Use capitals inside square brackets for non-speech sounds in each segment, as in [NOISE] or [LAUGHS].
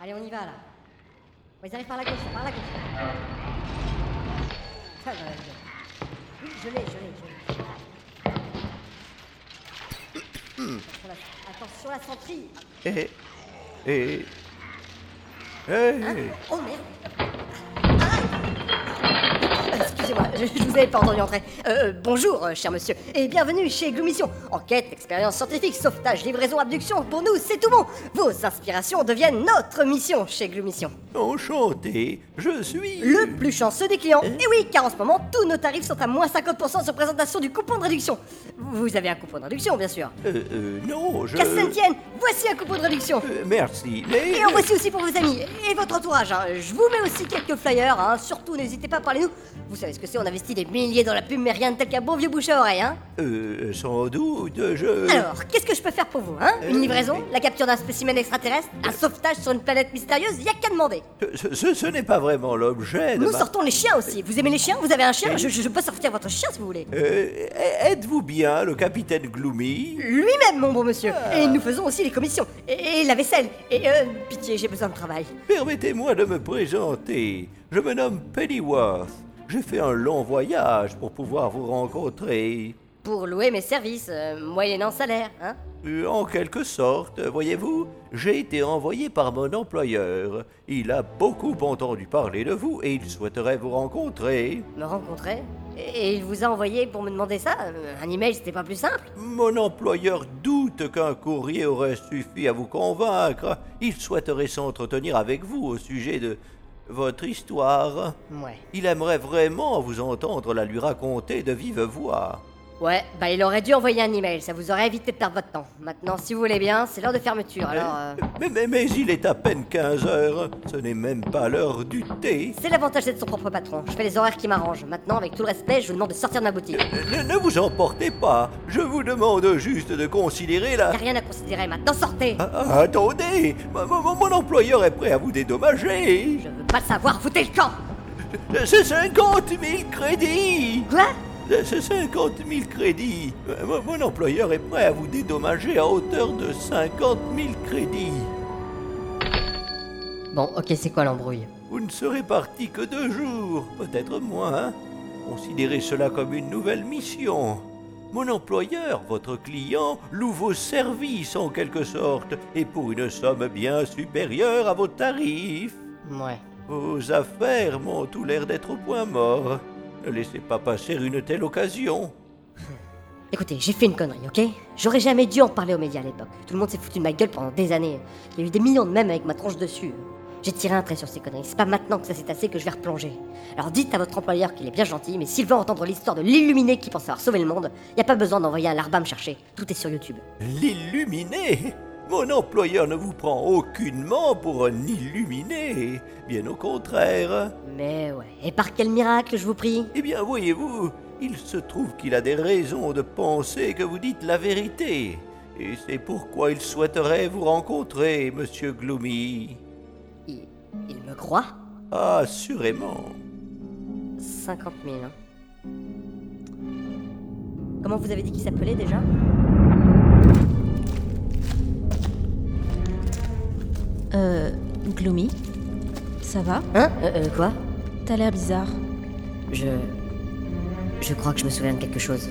Allez, on y va là. Bon, ils arrivent par la gauche, par la gauche. Ça, j'en avais besoin. Oui, je l'ai, je l'ai, je l'ai. Attention, la- Attention la sentrie Eh eh. Eh eh. Hein Oh merde Ah Excusez-moi, je, je vous avais pas entendu entrer. Euh, euh, bonjour, euh, cher monsieur, et bienvenue chez Gloumission. Enquête, expérience scientifique, sauvetage, livraison, abduction, pour nous, c'est tout bon. Vos inspirations deviennent notre mission chez Gloumission. Enchanté, je suis. Eh Le plus chanceux des clients. Et oui, car en ce moment, tous nos tarifs sont à moins 50% sur présentation du coupon de réduction. Vous avez un coupon de réduction, bien sûr. Euh, euh, non, je. Qu'à ça ne tienne, voici un coupon de réduction. Euh, merci, mais. Et en voici aussi pour vos amis et votre entourage. hein. Je vous mets aussi quelques flyers. hein. Surtout, n'hésitez pas, parlez-nous. Vous savez ce que c'est, on investit des milliers dans la pub, mais rien de tel qu'un bon vieux bouche à oreille. Hein. Euh, sans doute, je. Alors, qu'est-ce que je peux faire pour vous hein Euh. Une livraison La capture d'un spécimen extraterrestre Un sauvetage sur une planète mystérieuse Y a qu'à demander. Ce, ce- ce n'est pas vraiment l'objet de. Nous ma- sortons les chiens aussi. Vous aimez les chiens Vous avez un chien je, je- je peux sortir votre chien si vous voulez. Euh, Êtes-vous bien, le capitaine Gloomy Lui-même, mon bon monsieur. Et nous faisons aussi les commissions. Et, et la vaisselle. Et euh, pitié, j'ai besoin de travail. Permettez-moi de me présenter. Je me nomme Pennyworth. J'ai fait un long voyage pour pouvoir vous rencontrer. Pour louer mes services, euh, moyennant salaire, hein Euh, En quelque sorte, voyez-vous, j'ai été envoyé par mon employeur. Il a beaucoup entendu parler de vous et il souhaiterait vous rencontrer. me rencontrer et, et il vous a envoyé pour me demander ça euh, Un email, c'était pas plus simple Mon employeur doute qu'un courrier aurait suffi à vous convaincre. Il souhaiterait s'entretenir avec vous au sujet de votre histoire. Ouais. Il aimerait vraiment vous entendre la lui raconter de vive voix. Ouais, bah il aurait dû envoyer un email, ça vous aurait évité de perdre votre temps. Maintenant, si vous voulez bien, c'est l'heure de fermeture, alors... euh, Hein Mais, mais, mais il est à peine 15 heures. Ce n'est même pas l'heure du thé. C'est l'avantage d'être son propre patron, je fais les horaires qui m'arrangent. Maintenant, avec tout le respect, je vous demande de sortir de ma boutique. Ne, ne vous emportez pas. Je vous demande juste de considérer la... Y'a rien à considérer maintenant, sortez Ah, ah, attendez, mon, mon- mon employeur est prêt à vous dédommager. Je veux pas le savoir, foutez le camp C'est 50 000 crédits. Quoi C'est 50 000 crédits. Euh, Mon, mon employeur est prêt à vous dédommager à hauteur de 50 000 crédits. Bon, ok, c'est quoi l'embrouille Vous ne serez parti que deux jours, peut-être moins. hein. Considérez cela comme une nouvelle mission. Mon employeur, votre client, loue vos services en quelque sorte, et pour une somme bien supérieure à vos tarifs. Ouais. Vos affaires m'ont tout l'air d'être au point mort. Ne laissez pas passer une telle occasion. Écoutez, j'ai fait une connerie, ok J'aurais jamais dû en parler aux médias à l'époque. Tout le monde s'est foutu de ma gueule pendant des années. Il y a eu des millions de mèmes avec ma tronche dessus. J'ai tiré un trait sur ces conneries. C'est pas maintenant que ça s'est assez que je vais replonger. Alors dites à votre employeur qu'il est bien gentil, mais s'il veut entendre l'histoire de l'illuminé qui pense avoir sauvé le monde, y a pas besoin d'envoyer un larbin me chercher. Tout est sur YouTube. L'illuminé Mon employeur ne vous prend aucunement pour un illuminé. Bien au contraire. Mais ouais. Et par quel miracle, je vous prie Eh bien, voyez-vous, il se trouve qu'il a des raisons de penser que vous dites la vérité. Et c'est pourquoi il souhaiterait vous rencontrer, monsieur Gloomy. il, il me croit Assurément. 50 000. hein. Comment vous avez dit qu'il s'appelait déjà Euh, Gloomy, ça va Hein euh, euh, Quoi T'as l'air bizarre. Je. Je crois que je me souviens de quelque chose.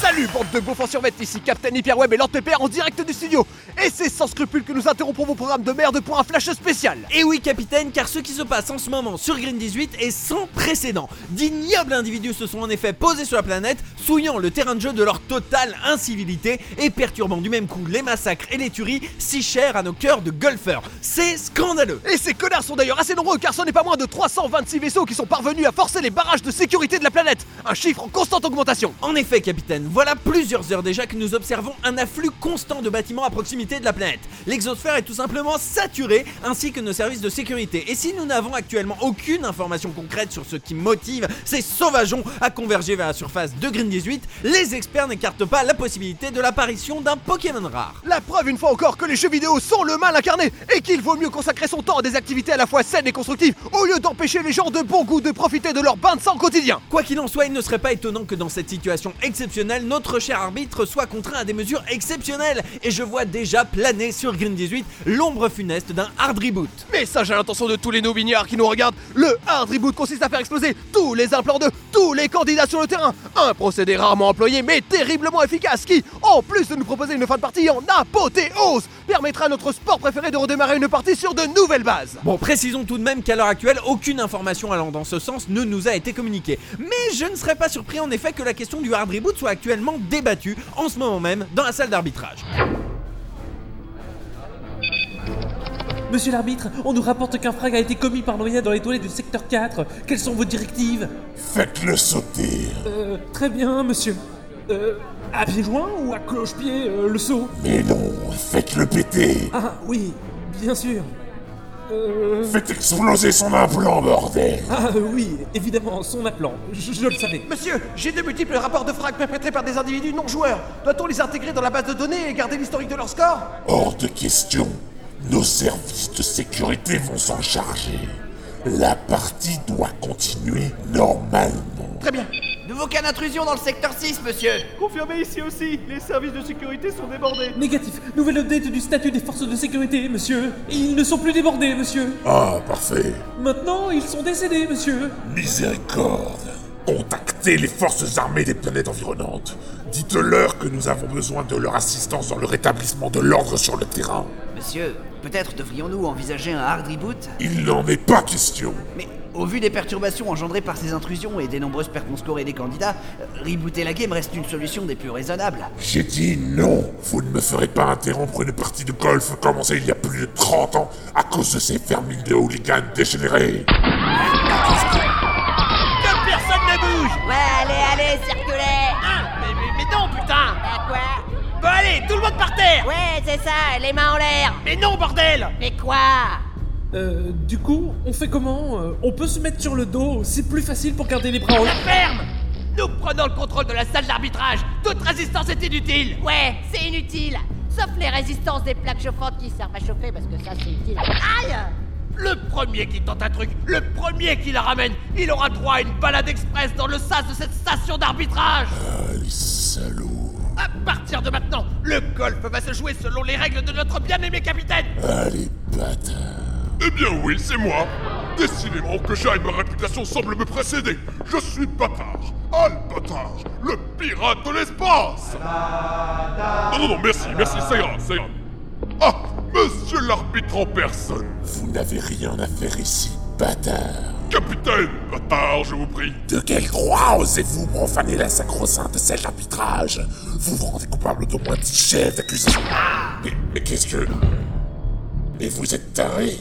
Salut bande de beaufs en survêt, ici Captain Hyperweb et Lord Pepper en direct du studio Et c'est sans scrupule que nous interrompons vos programmes de merde pour un flash spécial Et Eh oui, capitaine, car ce qui se passe en ce moment sur Green 18 est sans précédent. D'ignobles individus se sont en effet posés sur la planète, souillant le terrain de jeu de leur totale incivilité et perturbant du même coup les massacres et les tueries si chères à nos cœurs de golfeurs. C'est scandaleux Et ces connards sont d'ailleurs assez nombreux car ce n'est pas moins de 326 vaisseaux qui sont parvenus à forcer les barrages de sécurité de la planète Un chiffre en constante augmentation En effet, capitaine, voilà plusieurs plusieurs heures déjà que nous observons un afflux constant de bâtiments à proximité de la planète. L'exosphère est tout simplement saturée, ainsi que nos services de sécurité. Et si nous n'avons actuellement aucune information concrète sur ce qui motive ces sauvageons à converger vers la surface de Green 18, les experts n'écartent pas la possibilité de l'apparition d'un Pokémon rare. La preuve une fois encore que les jeux vidéo sont le mal incarné et qu'il vaut mieux consacrer son temps à des activités à la fois saines et constructives au lieu d'empêcher les gens de bon goût de profiter de leur bain de sang quotidien. Quoi qu'il en soit, il ne serait pas étonnant que dans cette situation exceptionnelle, notre cher arbitre soit contraint à des mesures exceptionnelles. Et je vois déjà planer sur Green 18 l'ombre funeste d'un hard reboot. Message à l'intention de tous les nobignards qui nous regardent, le hard reboot consiste à faire exploser tous les implants de tous les candidats sur le terrain. Un procédé rarement employé mais terriblement efficace qui, en plus de nous proposer une fin de partie en apothéose, permettra à notre sport préféré de redémarrer une partie sur de nouvelles bases. Bon, précisons tout de même qu'à l'heure actuelle, aucune information allant dans ce sens ne nous a été communiquée. Mais je ne serais pas surpris en effet que la question du hard reboot soit actuellement débattue en ce moment même dans la salle d'arbitrage. Monsieur l'arbitre, on nous rapporte qu'un frag a été commis par noyade dans les toilettes du secteur 4. Quelles sont vos directives Faites-le sauter, Euh, très bien, monsieur. Euh, à pied joint ou à cloche-pied, euh, le saut mais non, faites-le péter, Ah, oui, bien sûr. Euh, faites exploser son implant, bordel. Ah, euh, oui, évidemment, son appelant. Je, je le savais. Monsieur, j'ai de multiples rapports de frags perpétrés par des individus non joueurs. Doit-on les intégrer dans la base de données et garder l'historique de leur score Hors de question, nos services de sécurité vont s'en charger. La partie doit continuer normalement. Très bien. Nouveau cas d'intrusion dans le secteur 6, monsieur Confirmé ici aussi, les services de sécurité sont débordés. Négatif. Nouvelle update du statut des forces de sécurité, monsieur. Ils ne sont plus débordés, monsieur. Ah, parfait. Maintenant, ils sont décédés, monsieur. Miséricorde. Contactez les forces armées des planètes environnantes. Dites-leur que nous avons besoin de leur assistance dans le rétablissement de l'ordre sur le terrain. Monsieur, peut-être devrions-nous envisager un hard reboot Il n'en est pas question. Mais au vu des perturbations engendrées par ces intrusions et des nombreuses pertes qu'on scorées des candidats, euh, rebooter la game reste une solution des plus raisonnables. J'ai dit non. Vous ne me ferez pas interrompre une partie de golf commencée il y a plus de 30 ans à cause de ces fermiles de hooligans dégénérés. Que personne ne bouge Ouais, allez, allez, circulez Hein mais, mais, mais non, putain Bah quoi Bah allez, tout le monde par terre Ouais, c'est ça, les mains en l'air Mais non, bordel Mais quoi Euh, du coup, on fait comment Euh, On peut se mettre sur le dos, c'est plus facile pour garder les bras en l'air. Ferme Nous prenons le contrôle de la salle d'arbitrage Toute résistance est inutile Ouais, Eh, c'est inutile Sauf les résistances des plaques chauffantes qui servent à chauffer, parce que ça, c'est utile. Aïe Le premier qui tente un truc, le premier qui la ramène, il aura droit à une balade express dans le sas de cette station d'arbitrage Ah, les salauds. À partir de maintenant, le golf va se jouer selon les règles de notre bien-aimé capitaine Ah, les bâtards. Eh bien oui, c'est moi. Décidément, que j'aille, ma réputation semble me précéder. Je suis Bâtard. Al Bâtard, le pirate de l'espace. Ah Non, non, non, merci, merci, ça ira, ça ira. Ah, monsieur l'arbitre en personne. Vous n'avez rien à faire ici, bâtards. Capitaine Bâtard, je vous prie. De quel droit osez-vous profaner la sacro-sainte salle d'arbitrage Vous vous rendez coupable d'au moins dix chefs d'accusation. Ah Mais, mais qu'est-ce que... Mais vous êtes taré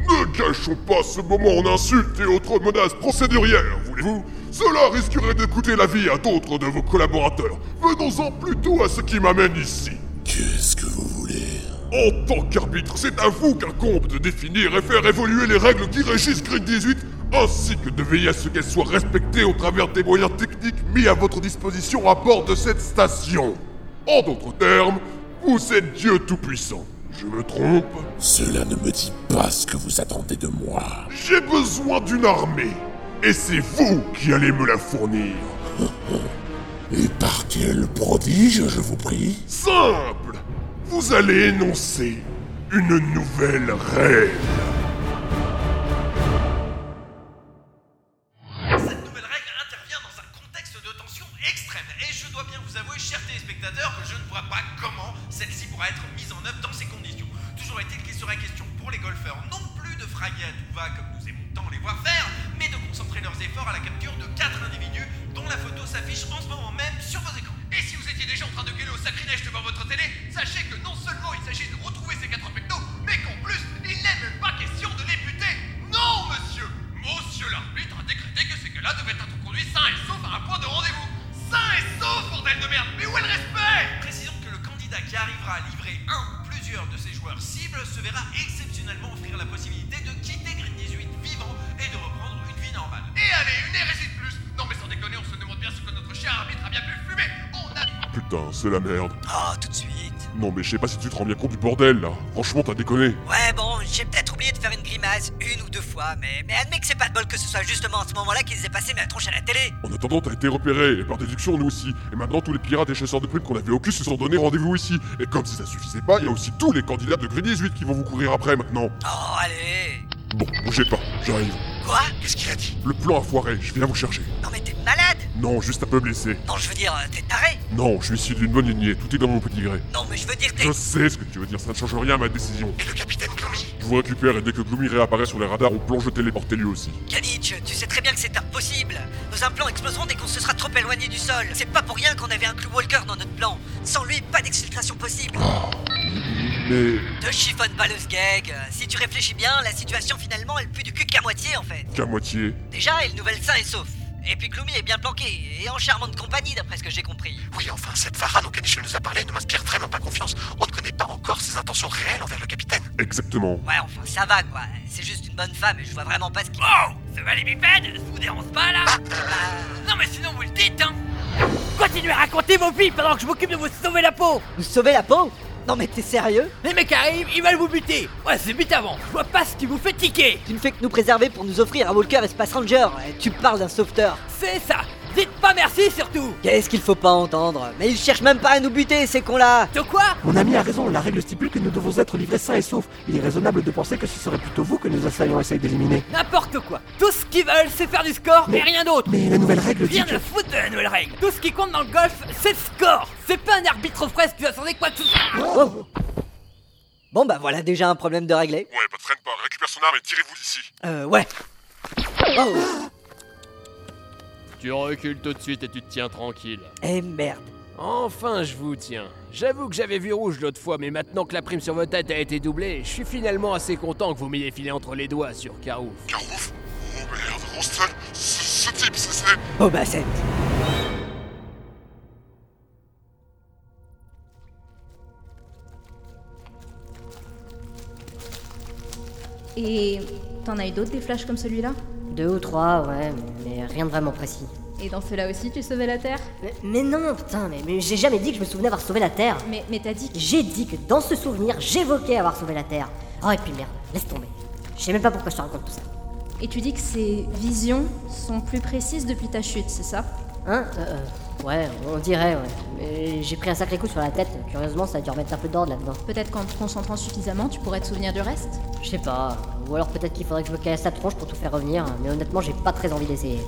Ne gâchons pas ce moment en insultes et autres menaces procédurières, voulez-vous Cela risquerait de coûter la vie à d'autres de vos collaborateurs. Venons-en plutôt à ce qui m'amène ici. Qu'est-ce que vous voulez En tant qu'arbitre, c'est à vous qu'incombe de définir et faire évoluer les règles qui régissent Green 18, ainsi que de veiller à ce qu'elles soient respectées au travers des moyens techniques mis à votre disposition à bord de cette station. En d'autres termes, vous êtes Dieu Tout-Puissant. Je me trompe Cela ne me dit pas ce que vous attendez de moi. J'ai besoin d'une armée, et c'est vous qui allez me la fournir. Et par quel prodige, je vous prie Simple Vous allez énoncer une nouvelle règle. Cette nouvelle règle intervient dans un contexte de tension extrême. Et je dois bien vous avouer, chers téléspectateurs, que je ne vois pas comment celle-ci pourra être mise en œuvre dans ces conditions. Toujours est-il qu'il serait question pour les golfeurs non plus de fraguer à tout va comme nous aimons tant les voir faire, mais de concentrer leurs efforts à la capture de quatre individus dont la photo s'affiche en ce moment même sur vos écrans. Et si vous étiez déjà en train de gueuler au sacrilège devant votre télé, sachez que non seulement il s'agit de retrouver ces quatre pectos, mais qu'en plus, il n'est même pas question de les buter Non, monsieur Monsieur l'arbitre a décrété que ces gars-là devaient être conduits sains et saufs à un point de rendez-vous Sains et saufs, bordel de merde Mais où un ou plusieurs de ses joueurs cibles se verra exceptionnellement offrir la possibilité de quitter Green 18 vivant et de reprendre une vie normale. Et allez, une hérésie de plus Non mais sans déconner, on se demande bien ce que notre cher arbitre a bien pu fumer On a... Putain, c'est la merde. Ah, tout de suite. Non mais je sais pas si tu te rends bien compte du bordel là. Franchement, t'as déconné. Ouais, bon, j'ai peut-être oublié de faire une grimace une ou deux fois, mais, mais admets que c'est pas de bol que ce soit justement à ce moment-là qu'ils aient passé ma tronche à la télé. En attendant, t'as été repéré, et par déduction, nous aussi. Et maintenant, tous les pirates et chasseurs de primes qu'on avait au cul se sont donné rendez-vous ici. Et comme si ça suffisait pas, il y a aussi tous les candidats de Green 18 qui vont vous courir après maintenant. Oh, allez. Bon, bougez pas, j'arrive. Quoi Qu'est-ce qu'il a dit Le plan a foiré, je viens vous chercher. Non, mais t'es malade Non, juste un peu blessé. Non, je veux dire, euh, t'es taré Non, je suis issu d'une bonne lignée, tout est dans mon petit gré. Non, mais je veux dire, t'es. Je sais ce que tu veux dire, ça ne change rien à ma décision. Le capitaine Gloomy Je vous récupère et dès que Gloomy réapparaît sur les radars, on plonge le téléporté lui aussi. Kalitch, tu sais très bien que c'est impossible. Nos implants exploseront dès qu'on se sera trop éloigné du sol. C'est pas pour rien qu'on avait un Clue Walker dans notre plan. Sans lui, pas d'exfiltration possible. Mais Te chiffonne pas le sgeg. Si tu réfléchis bien, la situation finalement, elle pue du cul qu'à moitié en fait. qu'à moitié. Déjà, et le nouvel sain est sauf. Et puis Gloomy est bien planqué, et en charmante compagnie d'après ce que j'ai compris. Oui, enfin, cette Farah dont Kenichi nous a parlé ne m'inspire vraiment pas confiance. On ne connaît pas encore ses intentions réelles envers le capitaine. Exactement. Ouais, enfin, ça va quoi. C'est juste une bonne femme et je vois vraiment pas ce qui. Bah, Oh Ce valibipède, ça vous dérange pas là Non mais sinon vous le dites hein Continuez à raconter vos vies pendant que je m'occupe de vous sauver la peau Vous sauvez la peau Non mais t'es sérieux Les mecs arrivent, ils veulent vous buter Ouais c'est but avant, je vois pas ce qui vous fait tiquer Tu ne fais que nous préserver pour nous offrir un Walker Espace Ranger. Et tu parles d'un sauveteur. C'est ça Dites pas merci surtout Qu'est-ce qu'il faut pas entendre Mais ils cherchent même pas à nous buter, ces cons-là De quoi Mon ami a raison, la règle stipule que nous devons être livrés sains et saufs. Il est raisonnable de penser que ce serait plutôt vous que nos assaillants essayent d'éliminer. N'importe quoi Tout ce qu'ils veulent c'est faire du score mais, rien d'autre Mais la nouvelle règle dit Viens que- de le foutre de la nouvelle règle Tout ce qui compte dans le golf, c'est le score C'est pas un arbitre aux fraises qui va changer quoi que ce soit Oh. Bon bah voilà déjà un problème de régler. Ouais, bah traîne pas, récupère son arme et tirez-vous d'ici. Euh ouais. Oh Tu recules tout de suite et tu te tiens tranquille. Eh merde. Enfin, je vous tiens. J'avoue que j'avais vu rouge l'autre fois, mais maintenant que la prime sur vos têtes a été doublée, je suis finalement assez content que vous m'ayez filé entre les doigts sur Carouf. Carouf Oh merde, Ronston ce, ce type, c'est- c'est... Oh bah c'est... Et t'en as eu d'autres des flashs comme celui-là Deux ou trois, ouais, mais rien de vraiment précis. Et dans cela aussi, tu sauvais la Terre Mais, mais non, putain, mais, mais j'ai jamais dit que je me souvenais avoir sauvé la Terre. Mais, mais t'as dit... J'ai dit que dans ce souvenir, j'évoquais avoir sauvé la Terre. Oh, et puis merde, laisse tomber. Je sais même pas pourquoi je te raconte tout ça. Et tu dis que ces visions sont plus précises depuis ta chute, c'est ça Hein Euh, euh, Ouais, on dirait, ouais. Mais j'ai pris un sacré coup sur la tête. Curieusement, ça a dû remettre un peu d'ordre là-dedans. Peut-être qu'en te concentrant suffisamment, tu pourrais te souvenir du reste Je sais pas. Ou alors peut-être qu'il faudrait que je me casse la tronche pour tout faire revenir. Mais honnêtement, j'ai pas très envie d'essayer.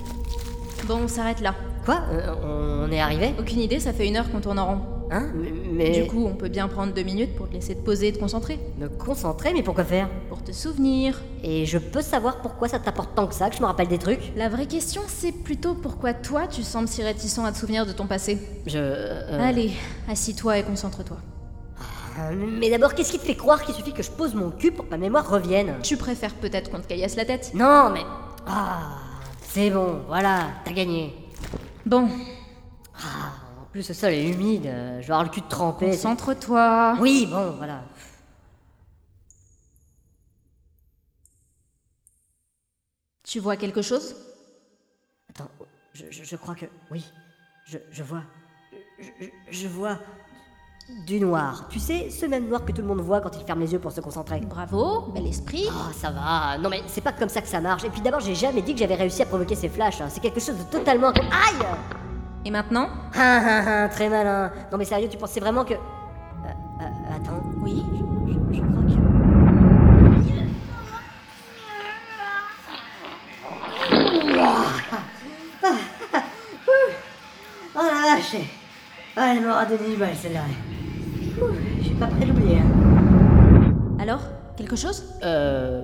Bon, on s'arrête là. Quoi Euh, On est arrivé Aucune idée, ça fait une heure qu'on tourne en rond. Hein Mais... Du coup, on peut bien prendre deux minutes pour te laisser te poser et te concentrer. Me concentrer, mais pourquoi faire Pour te souvenir. Et je peux savoir pourquoi ça t'apporte tant que ça, que je me rappelle des trucs La vraie question, c'est plutôt pourquoi toi, tu sembles si réticent à te souvenir de ton passé. Je... euh, Allez, assis-toi et concentre-toi. euh, Mais d'abord, qu'est-ce qui te fait croire qu'il suffit que je pose mon cul pour que ma mémoire revienne Tu préfères peut-être qu'on te caillasse la tête Non, mais... Ah, c'est bon, voilà, t'as gagné. Ah, Bon. En plus, le sol est humide, euh, je vais avoir le cul de trempé. c'est- Concentre-toi. Oui, bon, voilà. Tu vois quelque chose Attends, je, je- je crois que... Oui, je, je vois. Je, je- je vois... Du noir. Tu sais, ce même noir que tout le monde voit quand il ferme les yeux pour se concentrer. Bravo, bel esprit. Oh, ça va. Non, mais c'est pas comme ça que ça marche. Et puis d'abord, j'ai jamais dit que j'avais réussi à provoquer ces flashs. hein. C'est quelque chose de totalement. Aïe Et maintenant Ah ah ah, très malin. Non, mais sérieux, tu pensais vraiment que. Euh, euh, attends. Oui Je, je crois que. Oh la vache Oh, elle m'aura donné du mal celle-là. Ouh, Je suis pas prêt d'oublier. hein. Alors Quelque chose Euh.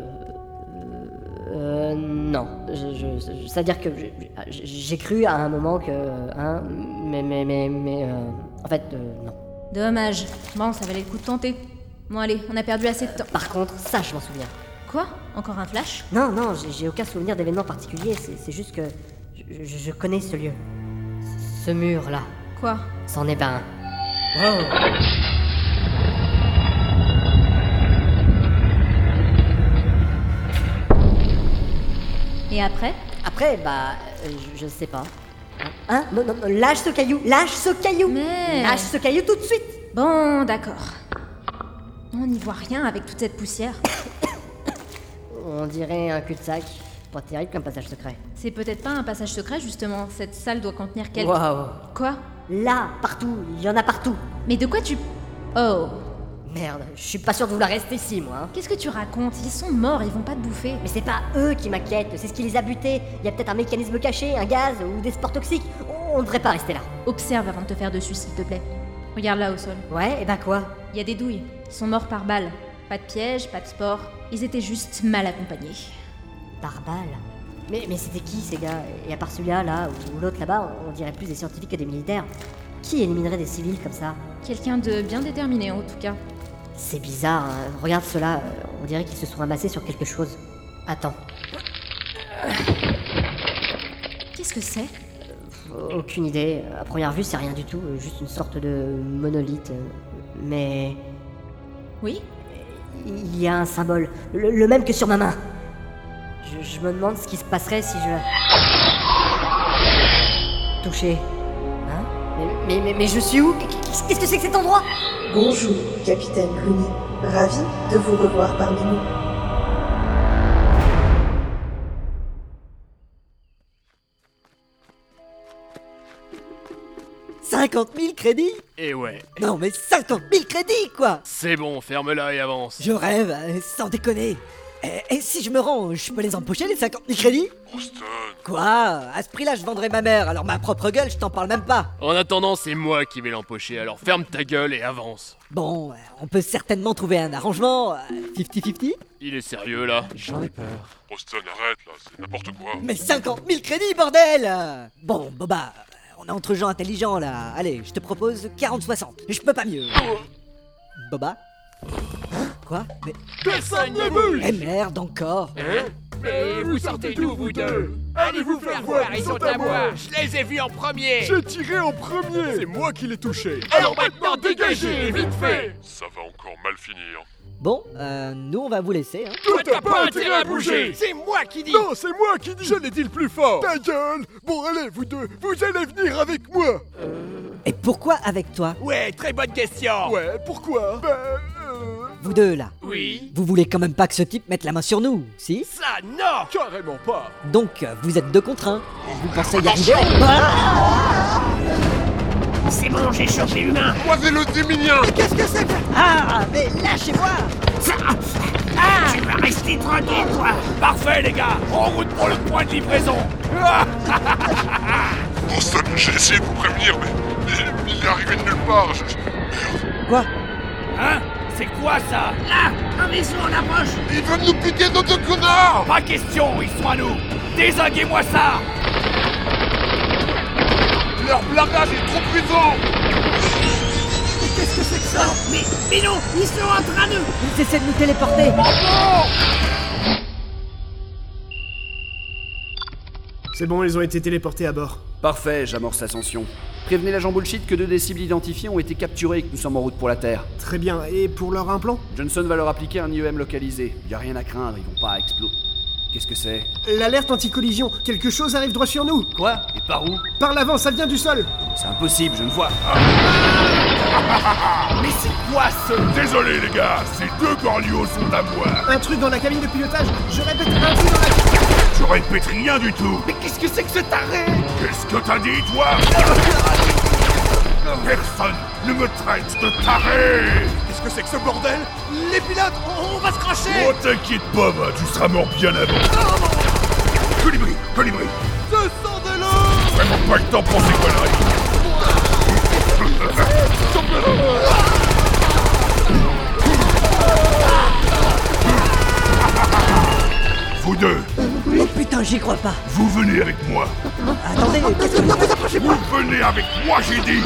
Euh. Non. Je- je- je- C'est-à-dire que j'ai- j'ai j'ai cru à un moment que. Hein. Mais, mais, mais, mais. euh, en fait, euh, non. Dommage. Bon, ça valait le coup de tenter. Bon, allez, on a perdu assez de temps. Par contre, ça, je m'en souviens. Quoi Encore un flash Non, non, j'ai- j'ai aucun souvenir d'événement particulier. C'est c'est juste que. Je, je- je connais ce lieu. Ce- Ce mur-là. Quoi C'en est pas un. Et après Après, bah, euh, je, je sais pas. Hein non, non, non, lâche ce caillou, lâche ce caillou Lâche ce caillou tout de suite Bon, d'accord. On n'y voit rien avec toute cette poussière. On dirait un cul-de-sac. Pas terrible comme passage secret. C'est peut-être pas un passage secret, justement. Cette salle doit contenir quelque... Waouh. Quoi Là, partout, il y en a partout. Mais de quoi tu... Oh. Merde, je suis pas sûr de vouloir rester ici, moi. hein. Qu'est-ce que tu racontes Ils sont morts, ils vont pas te bouffer. Mais c'est pas eux qui m'inquiètent, c'est ce qui les a butés. Il y a peut-être un mécanisme caché, un gaz ou des sports toxiques. On, on devrait pas rester là. Observe avant de te faire dessus, s'il te plaît. Regarde là au sol. Ouais, et bah quoi Il y a des douilles. Ils sont morts par balle. Pas de piège, pas de sport. Ils étaient juste mal accompagnés. Par balle Mais, mais c'était qui ces gars Et à part celui-là, là, ou l'autre là-bas, on dirait plus des scientifiques que des militaires. Qui éliminerait des civils comme ça Quelqu'un de bien déterminé, en tout cas. C'est bizarre, hein. regarde cela, euh, on dirait qu'ils se sont amassés sur quelque chose. Attends, Qu'est-ce que c'est Euh, aucune idée, à première vue c'est rien du tout, euh, juste une sorte de monolithe. euh, Mais Oui il y a un symbole, le, le même que sur ma main. Je, je me demande ce qui se passerait si je... Touché. Hein mais, mais, mais, mais je suis où Qu'est-ce qu'est-ce que c'est que cet endroit Bonjour, capitaine Rooney. Ravi de vous revoir parmi nous. Cinquante mille crédits Et ouais, Non mais 50 000 crédits quoi c'est bon, ferme-la et avance. Je rêve, euh, sans déconner. Et, et si je me rends, je peux les empocher les 50 000 crédits Oh, Quoi À ce prix-là, je vendrais ma mère, alors ma propre gueule, je t'en parle même pas. En attendant, c'est moi qui vais l'empocher, alors ferme ta gueule et avance. Bon, euh, on peut certainement trouver un arrangement. euh, 50-50 Il est sérieux là J'en ai peur. Austin, arrête là, c'est n'importe quoi. Mais 50 000 crédits, bordel Euh, Bon, Boba, euh, on est entre gens intelligents là. Allez, je te propose 40-60. Je peux pas mieux. Boba Hein Quoi Mais. Personne ne Eh Eh merde encore Mais vous sortez d'où, vous deux Allez vous faire voir, ils sont à moi Je les ai vus en premier J'ai tiré en premier C'est moi qui l'ai touché Alors maintenant, dégagez, vite fait Ça va encore mal finir. Bon, euh, nous on va vous laisser. Hein. Toi, t'as pas intérêt à bouger C'est moi qui dis Non, c'est moi qui dis Je l'ai dit le plus fort Ta gueule Bon, allez, vous deux, vous allez venir avec moi Et pourquoi avec toi Ouais, très bonne question Ouais, pourquoi Ben, euh, Vous deux là Oui Vous voulez quand même pas que ce type mette la main sur nous, si Ça, non Carrément pas Donc euh, vous êtes deux contre un. Vous pensez y arriver Voilà Ah, C'est bon, j'ai chopé l'humain Croisez le déminien Qu'est-ce que c'est que... Ah, mais lâchez-moi Ah Tu vas rester tranquille, toi Parfait, les gars En route pour le point de livraison [LAUGHS] Austin, j'ai essayé de vous prévenir, mais il, il est arrivé de nulle part. Je- je- Quoi Hein C'est quoi, ça Là Un vaisseau en approche Ils veulent nous piquer notre connard Pas question, ils sont à nous Désinguez-moi ça Leur blabage est trop puissant Qu'est-ce que c'est que ça mais, mais non Ils sont en train de... Oh, Ils essaient de nous téléporter C'est bon, ils ont été téléportés à bord. Parfait, j'amorce l'ascension. Prévenez l'agent Bullshit que deux des cibles identifiées ont été capturées et que nous sommes en route pour la Terre. Très bien, et pour leur implant Johnson va leur appliquer un IEM localisé. Y a rien à craindre, ils vont pas exploser. Qu'est-ce que c'est L'alerte anti-collision, quelque chose arrive droit sur nous Quoi Et par où Par l'avant, ça vient du sol C'est impossible, je ne vois. Mais c'est quoi, ce... Désolé les gars, ces deux Corlios sont à moi Un truc dans la cabine de pilotage, je répète, un truc dans la... Je répète rien du tout Mais qu'est-ce que c'est que ce taré Qu'est-ce que t'as dit, toi Personne ne me traite de taré Qu'est-ce que c'est que ce bordel Les pilotes, on, on va se cracher Oh, t'inquiète pas, bah, tu seras mort bien avant Colibri, colibri Ce sont de l'eau Vraiment pas le temps pour ces conneries Vous deux, Oh putain, j'y crois pas vous venez avec moi Attendez, qu'est-ce que vous faites Ah, Vous venez avec moi, j'ai dit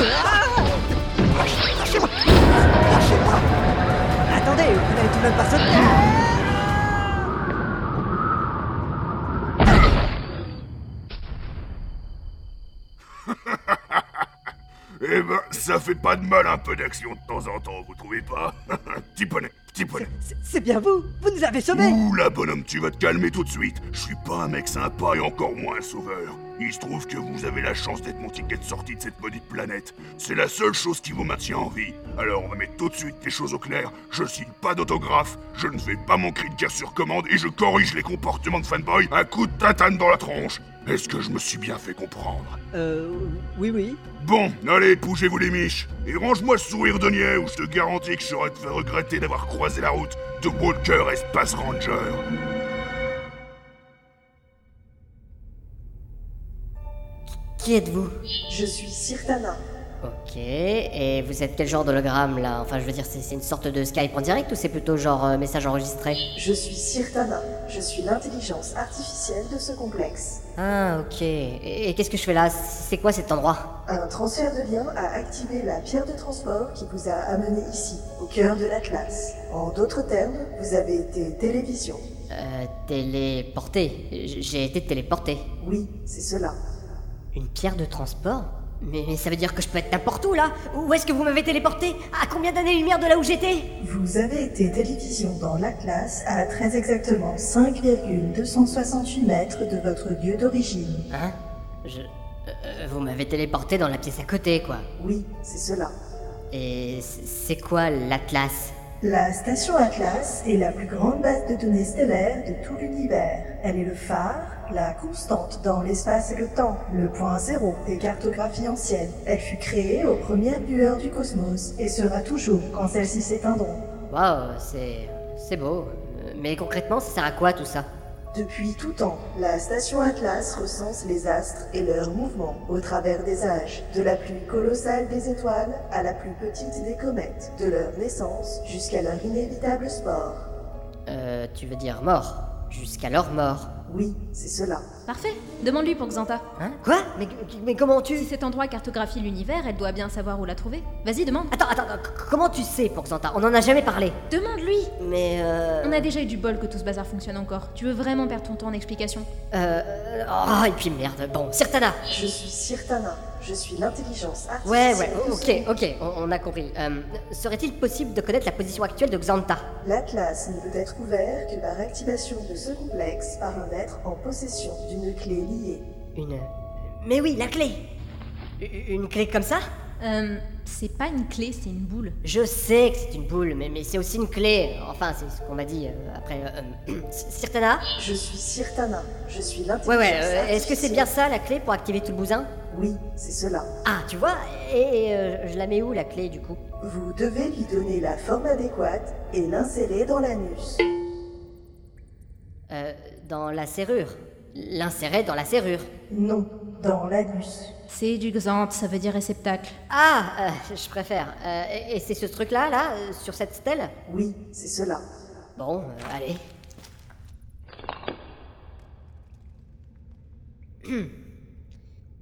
Attendez, vous n'avez tout de même pas sauté Eh ben, ça fait pas de mal un peu d'action de temps en temps, vous trouvez pas [LAUGHS] Petit poney. petit bonhomme. C'est bien vous Vous nous avez sauvés Oula, bonhomme, tu vas te calmer tout de suite. Je suis pas un mec sympa et encore moins un sauveur. Il se trouve que vous avez la chance d'être mon ticket de sortie de cette maudite planète. C'est la seule chose qui vous maintient en vie. Alors on va mettre tout de suite les choses au clair. Je signe pas d'autographe, je ne fais pas mon cri de guerre sur commande et je corrige les comportements de fanboy à coups de tatane dans la tronche. Est-ce que je me suis bien fait comprendre Euh. Oui, oui. Bon, allez, bougez-vous les miches, et range-moi ce sourire de niais ou je te garantis que je saurais te faire regretter d'avoir croisé la route de Walker Espace Ranger. Qui êtes-vous Je suis Sirtana. Ok, et vous êtes quel genre d'hologramme là Enfin, je veux dire, c'est c'est une sorte de Skype en direct ou c'est plutôt genre euh, message enregistré Je suis Sirtana. Je suis l'intelligence artificielle de ce complexe. Ah, ok. Et, et qu'est-ce que je fais là C'est quoi cet endroit Un transfert de lien a activé la pierre de transport qui vous a amené ici, au cœur de l'Atlas. En d'autres termes, vous avez été télévision. Euh, téléporté. J- J'ai été téléporté. Oui, c'est cela. Une pierre de transport mais, mais ça veut dire que je peux être n'importe où là Où est-ce que vous m'avez téléporté À combien d'années-lumière de là où j'étais Vous avez été télévision dans l'Atlas à très exactement 5,268 mètres de votre lieu d'origine. Hein Je. euh, vous m'avez téléporté dans la pièce à côté, quoi. Oui, c'est cela. Et c'est c'est quoi l'Atlas La station Atlas est la plus grande base de données stellaires de tout l'univers. Elle est le phare, la constante dans l'espace et le temps, le point zéro des cartographies anciennes. Elle fut créée aux premières lueurs du cosmos et sera toujours quand celles-ci s'éteindront. Waouh, c'est. c'est beau. Euh, Mais concrètement, ça sert à quoi tout ça Depuis tout temps, la station Atlas recense les astres et leurs mouvements au travers des âges, de la plus colossale des étoiles à la plus petite des comètes, de leur naissance jusqu'à leur inévitable sport. Euh, tu veux dire mort Jusqu'alors mort. Oui, c'est cela. Parfait, demande-lui pour Xanta. Hein Quoi mais, mais comment tu. Si cet endroit cartographie l'univers, elle doit bien savoir où la trouver. Vas-y, demande. Attends, attends, attends, c- comment tu sais, Pourxanta On n'en a jamais parlé. Demande-lui Mais euh. On a déjà eu du bol que tout ce bazar fonctionne encore. Tu veux vraiment perdre ton temps en explication Euh. Ah, et puis merde. Bon, Sirtana Je suis Sirtana, je suis l'intelligence Ouais, artificielle. ouais, oh, de ce ok, ok, on, on a compris. Euh, Serait-il possible de connaître la position actuelle de Xanta L'Atlas ne peut être ouvert que par activation de ce complexe par un être en possession d'une clé liée. Une. Mais oui, la clé U- Une clé comme ça Euh. C'est pas une clé, c'est une boule. Je sais que c'est une boule, mais, mais c'est aussi une clé. Enfin, c'est ce qu'on m'a dit euh, après. euh, [CLEARS THROAT] euh, Sirtana Je suis Sirtana, je suis l'intelligence Ouais, ouais, euh, artificielle. est-ce que c'est bien ça la clé pour activer tout le bousin Oui, c'est cela. Ah, tu vois Et, et, euh, je la mets où la clé du coup Vous devez lui donner la forme adéquate et l'insérer dans l'anus. Euh, Dans la serrure. L'insérer dans la serrure. Non, dans l'anus. C'est du Xante, ça veut dire réceptacle. Ah, euh, je préfère. Euh, et et c'est ce truc-là, là, euh, sur cette stèle Oui, c'est cela. Bon, euh, allez. Hmm.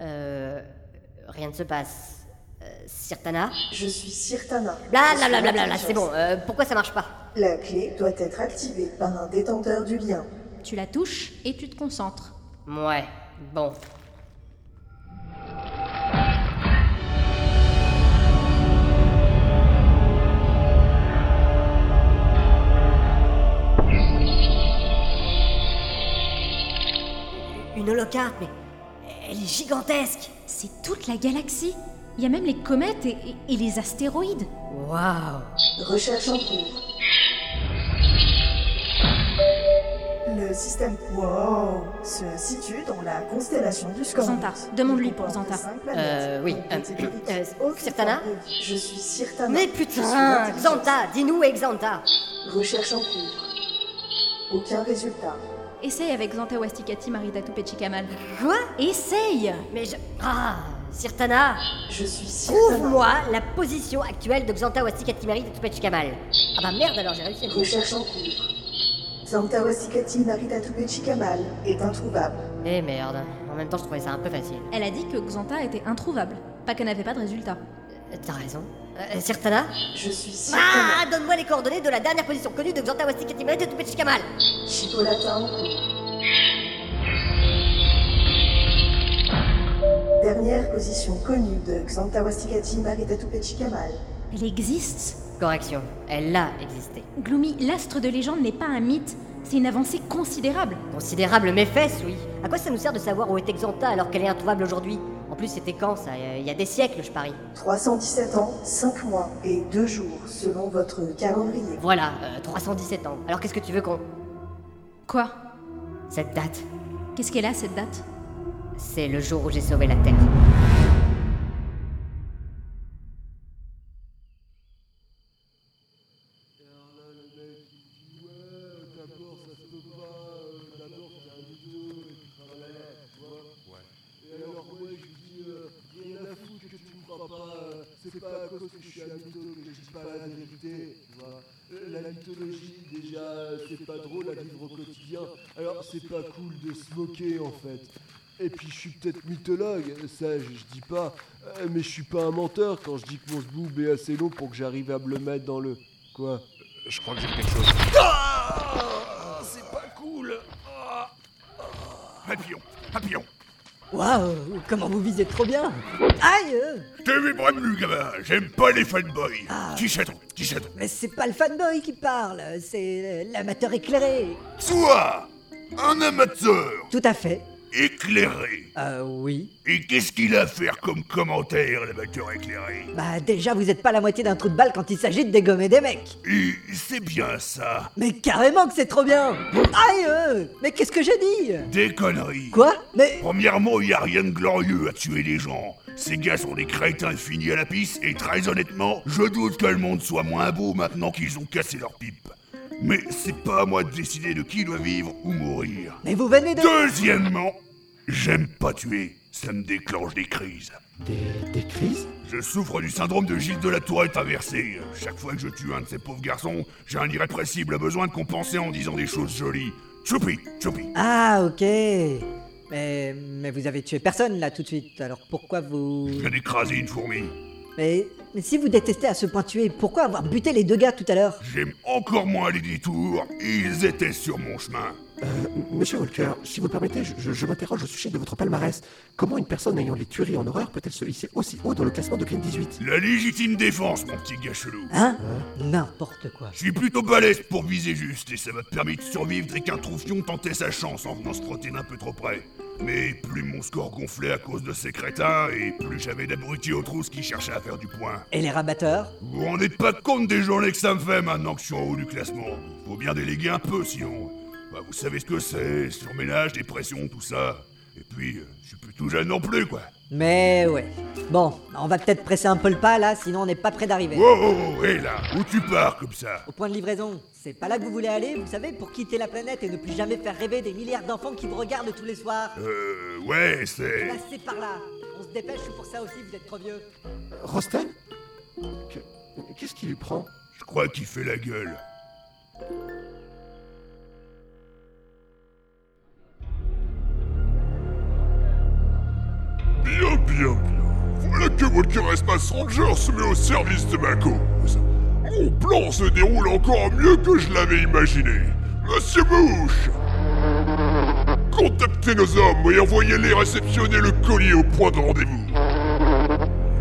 Euh, rien ne se passe. Euh, Sirtana Je suis Sirtana. Bla Je bla suis bla bla bla, bla, l'intelligence. c'est bon. euh, pourquoi ça marche pas La clé doit être activée par un détenteur du lien. Tu la touches et tu te concentres. Ouais, bon. Une holocarte, mais elle est gigantesque C'est toute la galaxie Il y a même les comètes et, et- et les astéroïdes Waouh Recherche en cours. Le système Wow se situe dans la constellation du Scorpion. Xanta, demande-lui pour Xanta. Euh, oui, euh, euh, Sirtana Je suis Sirtana. Mais Je suis putain l'intelligence. Xanta Dis-nous, et Xanta Recherche en cours. Aucun résultat. Essaye avec Xanta Wastikati Maridatu Pechikamal. Quoi Essaye Mais je... Ah Sirtana Je suis Sirtana. Trouve-moi la position actuelle de Xanta Wastikatimarit de Tupachikamal. Ah bah merde alors, j'ai réussi à le trouver. Recherche en cours. Xanta Wasikati Maridatoube Chikamal est introuvable. Eh merde, en même temps je trouvais ça un peu facile. Elle a dit que Xanta était introuvable, pas qu'elle n'avait pas de résultat. Euh, T'as raison. Euh, Sirtana Je suis Sirtana. Ah Donne-moi les coordonnées de la dernière position connue de Xanta Wastikatimarit de Tupachikamal Chipolata en cours. Dernière position connue de Xanta Wasikati Maridatoube Chikamal. Elle existe Correction, elle a existé. Gloomy, l'astre de légende n'est pas un mythe, c'est une avancée considérable. Considérable méfesse, oui. À quoi ça nous sert de savoir où est Exanta alors qu'elle est introuvable aujourd'hui En plus, c'était quand ça Euh, Il y a des siècles, je parie. 317 ans, 5 mois et 2 jours selon votre calendrier. Voilà, euh, 317 ans. Alors qu'est-ce que tu veux qu'on. Quoi Cette date, Qu'est-ce qu'elle a cette date c'est le jour où j'ai sauvé la Terre. euh, C'est pas à cause que je suis un mytho que je dis pas la vérité, tu vois. Euh, La mythologie, déjà, c'est pas drôle à vivre au quotidien, alors c'est pas cool de se moquer, en fait. Et puis, je suis peut-être mythologue, ça, je, je dis pas, euh, mais je suis pas un menteur quand je dis que mon zboob est assez long pour que j'arrive à me le mettre dans le... Quoi Ah Je crois que j'ai quelque chose. c'est pas cool Ah, Papillon Papillon Waouh, comment vous visez trop bien Aïe euh, T'es mes bras plus, gamin J'aime pas les fanboys Tichadon, tichadon Mais c'est pas le fanboy qui parle, c'est euh, l'amateur éclairé. Toi Un amateur Tout à fait. Éclairé Euh, oui. Et qu'est-ce qu'il a à faire comme commentaire, l'amateur éclairé Bah déjà, vous êtes pas la moitié d'un trou de balle quand il s'agit de dégommer des mecs. Et c'est bien ça Mais carrément que c'est trop bien Aïe euh, Mais qu'est-ce que j'ai dit Des conneries Quoi Mais... Premièrement, il a rien de glorieux à tuer les gens. Ces gars sont des crétins finis à la pisse, et très honnêtement, je doute que le monde soit moins beau maintenant qu'ils ont cassé leur pipe. Mais c'est pas à moi de décider de qui doit vivre ou mourir. Mais vous venez de... Deuxièmement, j'aime pas tuer, ça me déclenche des crises. Des, crises Je souffre du syndrome de Gilles de la Tourette inversé. Chaque fois que je tue un de ces pauvres garçons, j'ai un irrépressible besoin de compenser en disant des choses jolies. Choupi, choupi. Ah, ok. Mais, mais vous avez tué personne là tout de suite, alors pourquoi [LAUGHS] vous... Je viens d'écraser une fourmi. Mais, mais si vous détestez à ce point tuer, pourquoi avoir buté les deux gars tout à l'heure J'aime encore moins les détours, ils étaient sur mon chemin. Euh, Monsieur Walker, si vous le permettez, je, je- je m'interroge au sujet de votre palmarès. Comment une personne ayant les tueries en horreur peut-elle se hisser aussi haut dans le classement de Green 18 La légitime défense, mon petit gars chelou. Hein N'importe quoi. Je suis plutôt balèze pour viser juste, et ça m'a permis de survivre dès qu'un troufion tentait sa chance en venant se frotter d'un peu trop près. Mais plus mon score gonflait à cause de ces crétins, et plus j'avais d'abrutis aux trousses qui cherchaient à faire du point. Et les rabatteurs Vous vous rendez pas compte des journées que ça me fait maintenant que je suis en haut du classement. Faut bien déléguer un peu sinon. Bah, vous savez ce que c'est, surménage, dépression, tout ça. Et puis, euh, je suis plus tout jeune non plus, quoi. Mais ouais. Bon, on va peut-être presser un peu le pas là, sinon on n'est pas près d'arriver. Oh, oh, oh, hé là, où tu pars comme ça Au point de livraison, c'est pas là que vous voulez aller, vous savez, pour quitter la planète et ne plus jamais faire rêver des milliards d'enfants qui vous regardent tous les soirs. Euh, ouais, c'est... Là, c'est par là. On se dépêche ou pour ça aussi, vous êtes trop vieux. Rostel Qu'est-ce qui lui prend Je crois qu'il fait la gueule. Bien, bien, bien. Voilà que Walker Espace Ranger se met au service de ma cause. Mon plan se déroule encore mieux que je l'avais imaginé. Monsieur Bouche Contactez nos hommes et envoyez-les réceptionner le colis au point de rendez-vous.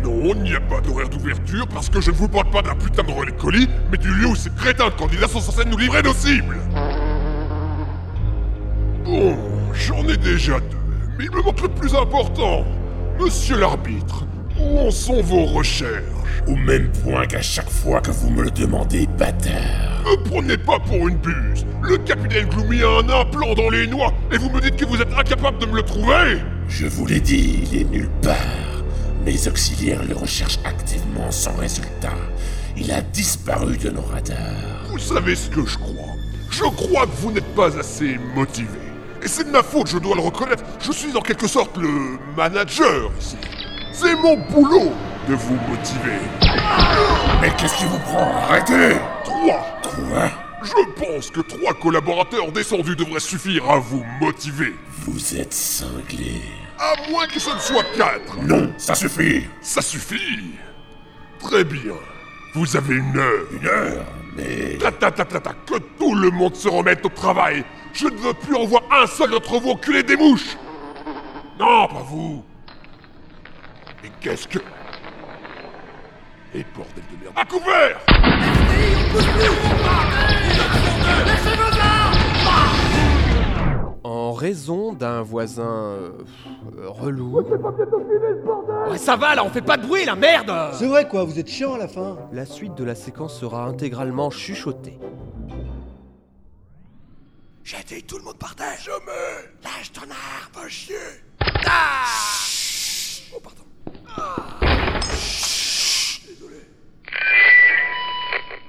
Non, il n'y a pas d'horaire d'ouverture parce que je ne vous parle pas d'un putain de relais de colis, mais du lieu où ces crétins de candidats sont censés nous livrer nos cibles. Bon, j'en ai déjà deux, mais il me manque le plus important. Monsieur l'arbitre, où en sont vos recherches Au même point qu'à chaque fois que vous me le demandez, bâtard. Ne prenez pas pour une buse. Le capitaine Gloomy a un implant dans les noix et vous me dites que vous êtes incapable de me le trouver Je vous l'ai dit, il est nulle part. Mes auxiliaires le recherchent activement sans résultat. Il a disparu de nos radars. Vous savez ce que je crois. Je crois que vous n'êtes pas assez motivé. Et c'est de ma faute, je dois le reconnaître. Je suis en quelque sorte le manager ici. C'est mon boulot de vous motiver. Mais qu'est-ce qui vous prend Arrêtez Trois. Quoi Je pense que trois collaborateurs descendus devraient suffire à vous motiver. Vous êtes cinglé. À moins que ce ne soit quatre. Non, ça suffit. Ça suffit Très bien. Vous avez une heure. Une heure Mais... Ta ta ta ta ta, que tout le monde se remette au travail Je ne veux plus en voir un seul d'entre vous enculer des mouches Non, pas vous Mais qu'est-ce que... Et bordel de merde... À couvert En raison d'un voisin euh, euh, relou. Ah, Ouais, ça va là, on fait pas de bruit la merde C'est vrai quoi, vous êtes chiant à la fin. La suite de la séquence sera intégralement chuchotée. J'ai dit tout le monde par terre Jamais Lâche ton arme, va chier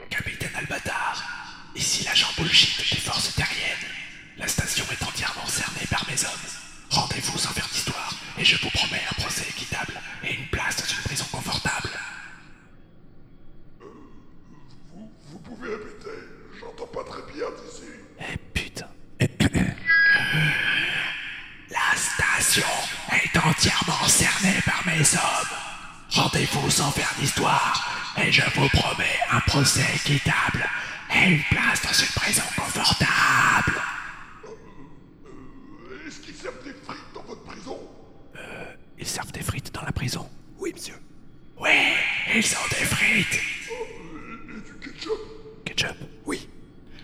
Capitaine Albatard, ici l'agent bullshit des forces terriennes. La station est entièrement cernée par mes hommes. Rendez-vous sans faire d'histoire, et je vous promets un procès équitable et une place dans une prison confortable. Vous pouvez répéter, j'entends pas très bien d'ici. Eh, [COUGHS] La station est entièrement cernée par mes hommes. Rendez-vous sans faire d'histoire, et je vous promets un procès équitable et une place dans une prison confortable. Est-ce qu'ils servent des frites dans votre prison Ils servent des frites dans la prison Oui, monsieur. Oui, ils ont des frites. et du ketchup Ketchup Oui.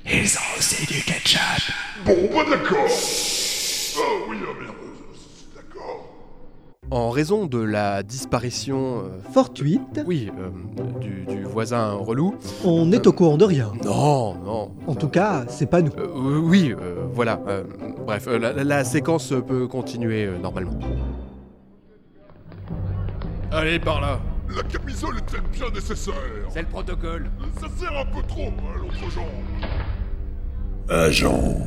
Ils ont aussi du ketchup. Bon, bah d'accord Oh oui, ah merde, c'est d'accord. En raison de la disparition euh, fortuite, oui, euh, du, du voisin relou. On est au courant de rien. Oh. Non, non. En tout cas, c'est pas nous. Euh, oui, euh, voilà. euh, bref, euh, la, la- la séquence peut continuer euh, normalement. Allez, par là La camisole est-elle bien nécessaire C'est le protocole. Ça sert un peu trop hein. à l'autre genre. Agent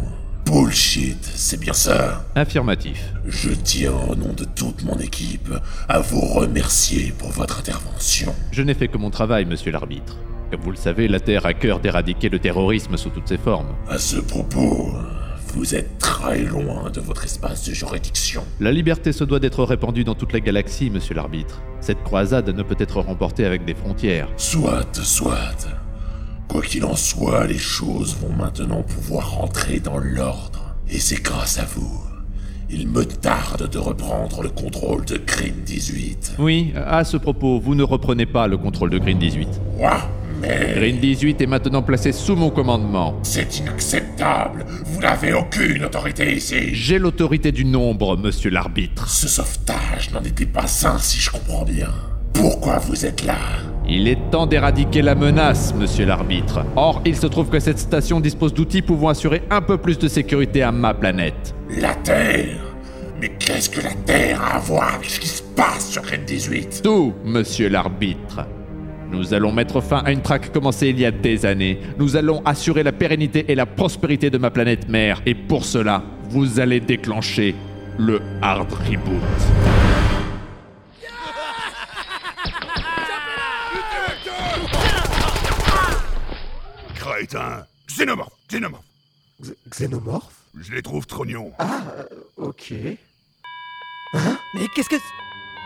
Bullshit, c'est bien ça Affirmatif. Je tiens au nom de toute mon équipe à vous remercier pour votre intervention. Je n'ai fait que mon travail, monsieur l'arbitre. Comme vous le savez, la Terre a cœur d'éradiquer le terrorisme sous toutes ses formes. À ce propos, vous êtes très loin de votre espace de juridiction. La liberté se doit d'être répandue dans toute la galaxie, monsieur l'arbitre. Cette croisade ne peut être remportée avec des frontières. Soit, soit. Quoi qu'il en soit, les choses vont maintenant pouvoir rentrer dans l'ordre. Et c'est grâce à vous. Il me tarde de reprendre le contrôle de Crime 18. Oui, à ce propos, vous ne reprenez pas le contrôle de Green 18. Quoi Mais... Green 18 est maintenant placé sous mon commandement. C'est inacceptable Vous n'avez aucune autorité ici J'ai l'autorité du nombre, monsieur l'arbitre. Ce sauvetage n'en était pas sain si je comprends bien. Pourquoi vous êtes là Il est temps d'éradiquer la menace, monsieur l'arbitre. Or, il se trouve que cette station dispose d'outils pouvant assurer un peu plus de sécurité à ma planète. La Terre Mais qu'est-ce que la Terre a à voir avec ce qui se passe sur Crime 18 Tout, monsieur l'arbitre. Nous allons mettre fin à une traque commencée il y a des années. Nous allons assurer la pérennité et la prospérité de ma planète mère. Et pour cela, vous allez déclencher le hard reboot. Crétin Xénomorphe Xénomorphe Xénomorphe Je les trouve trognons. Ah, euh, ok. Hein Mais qu'est-ce que...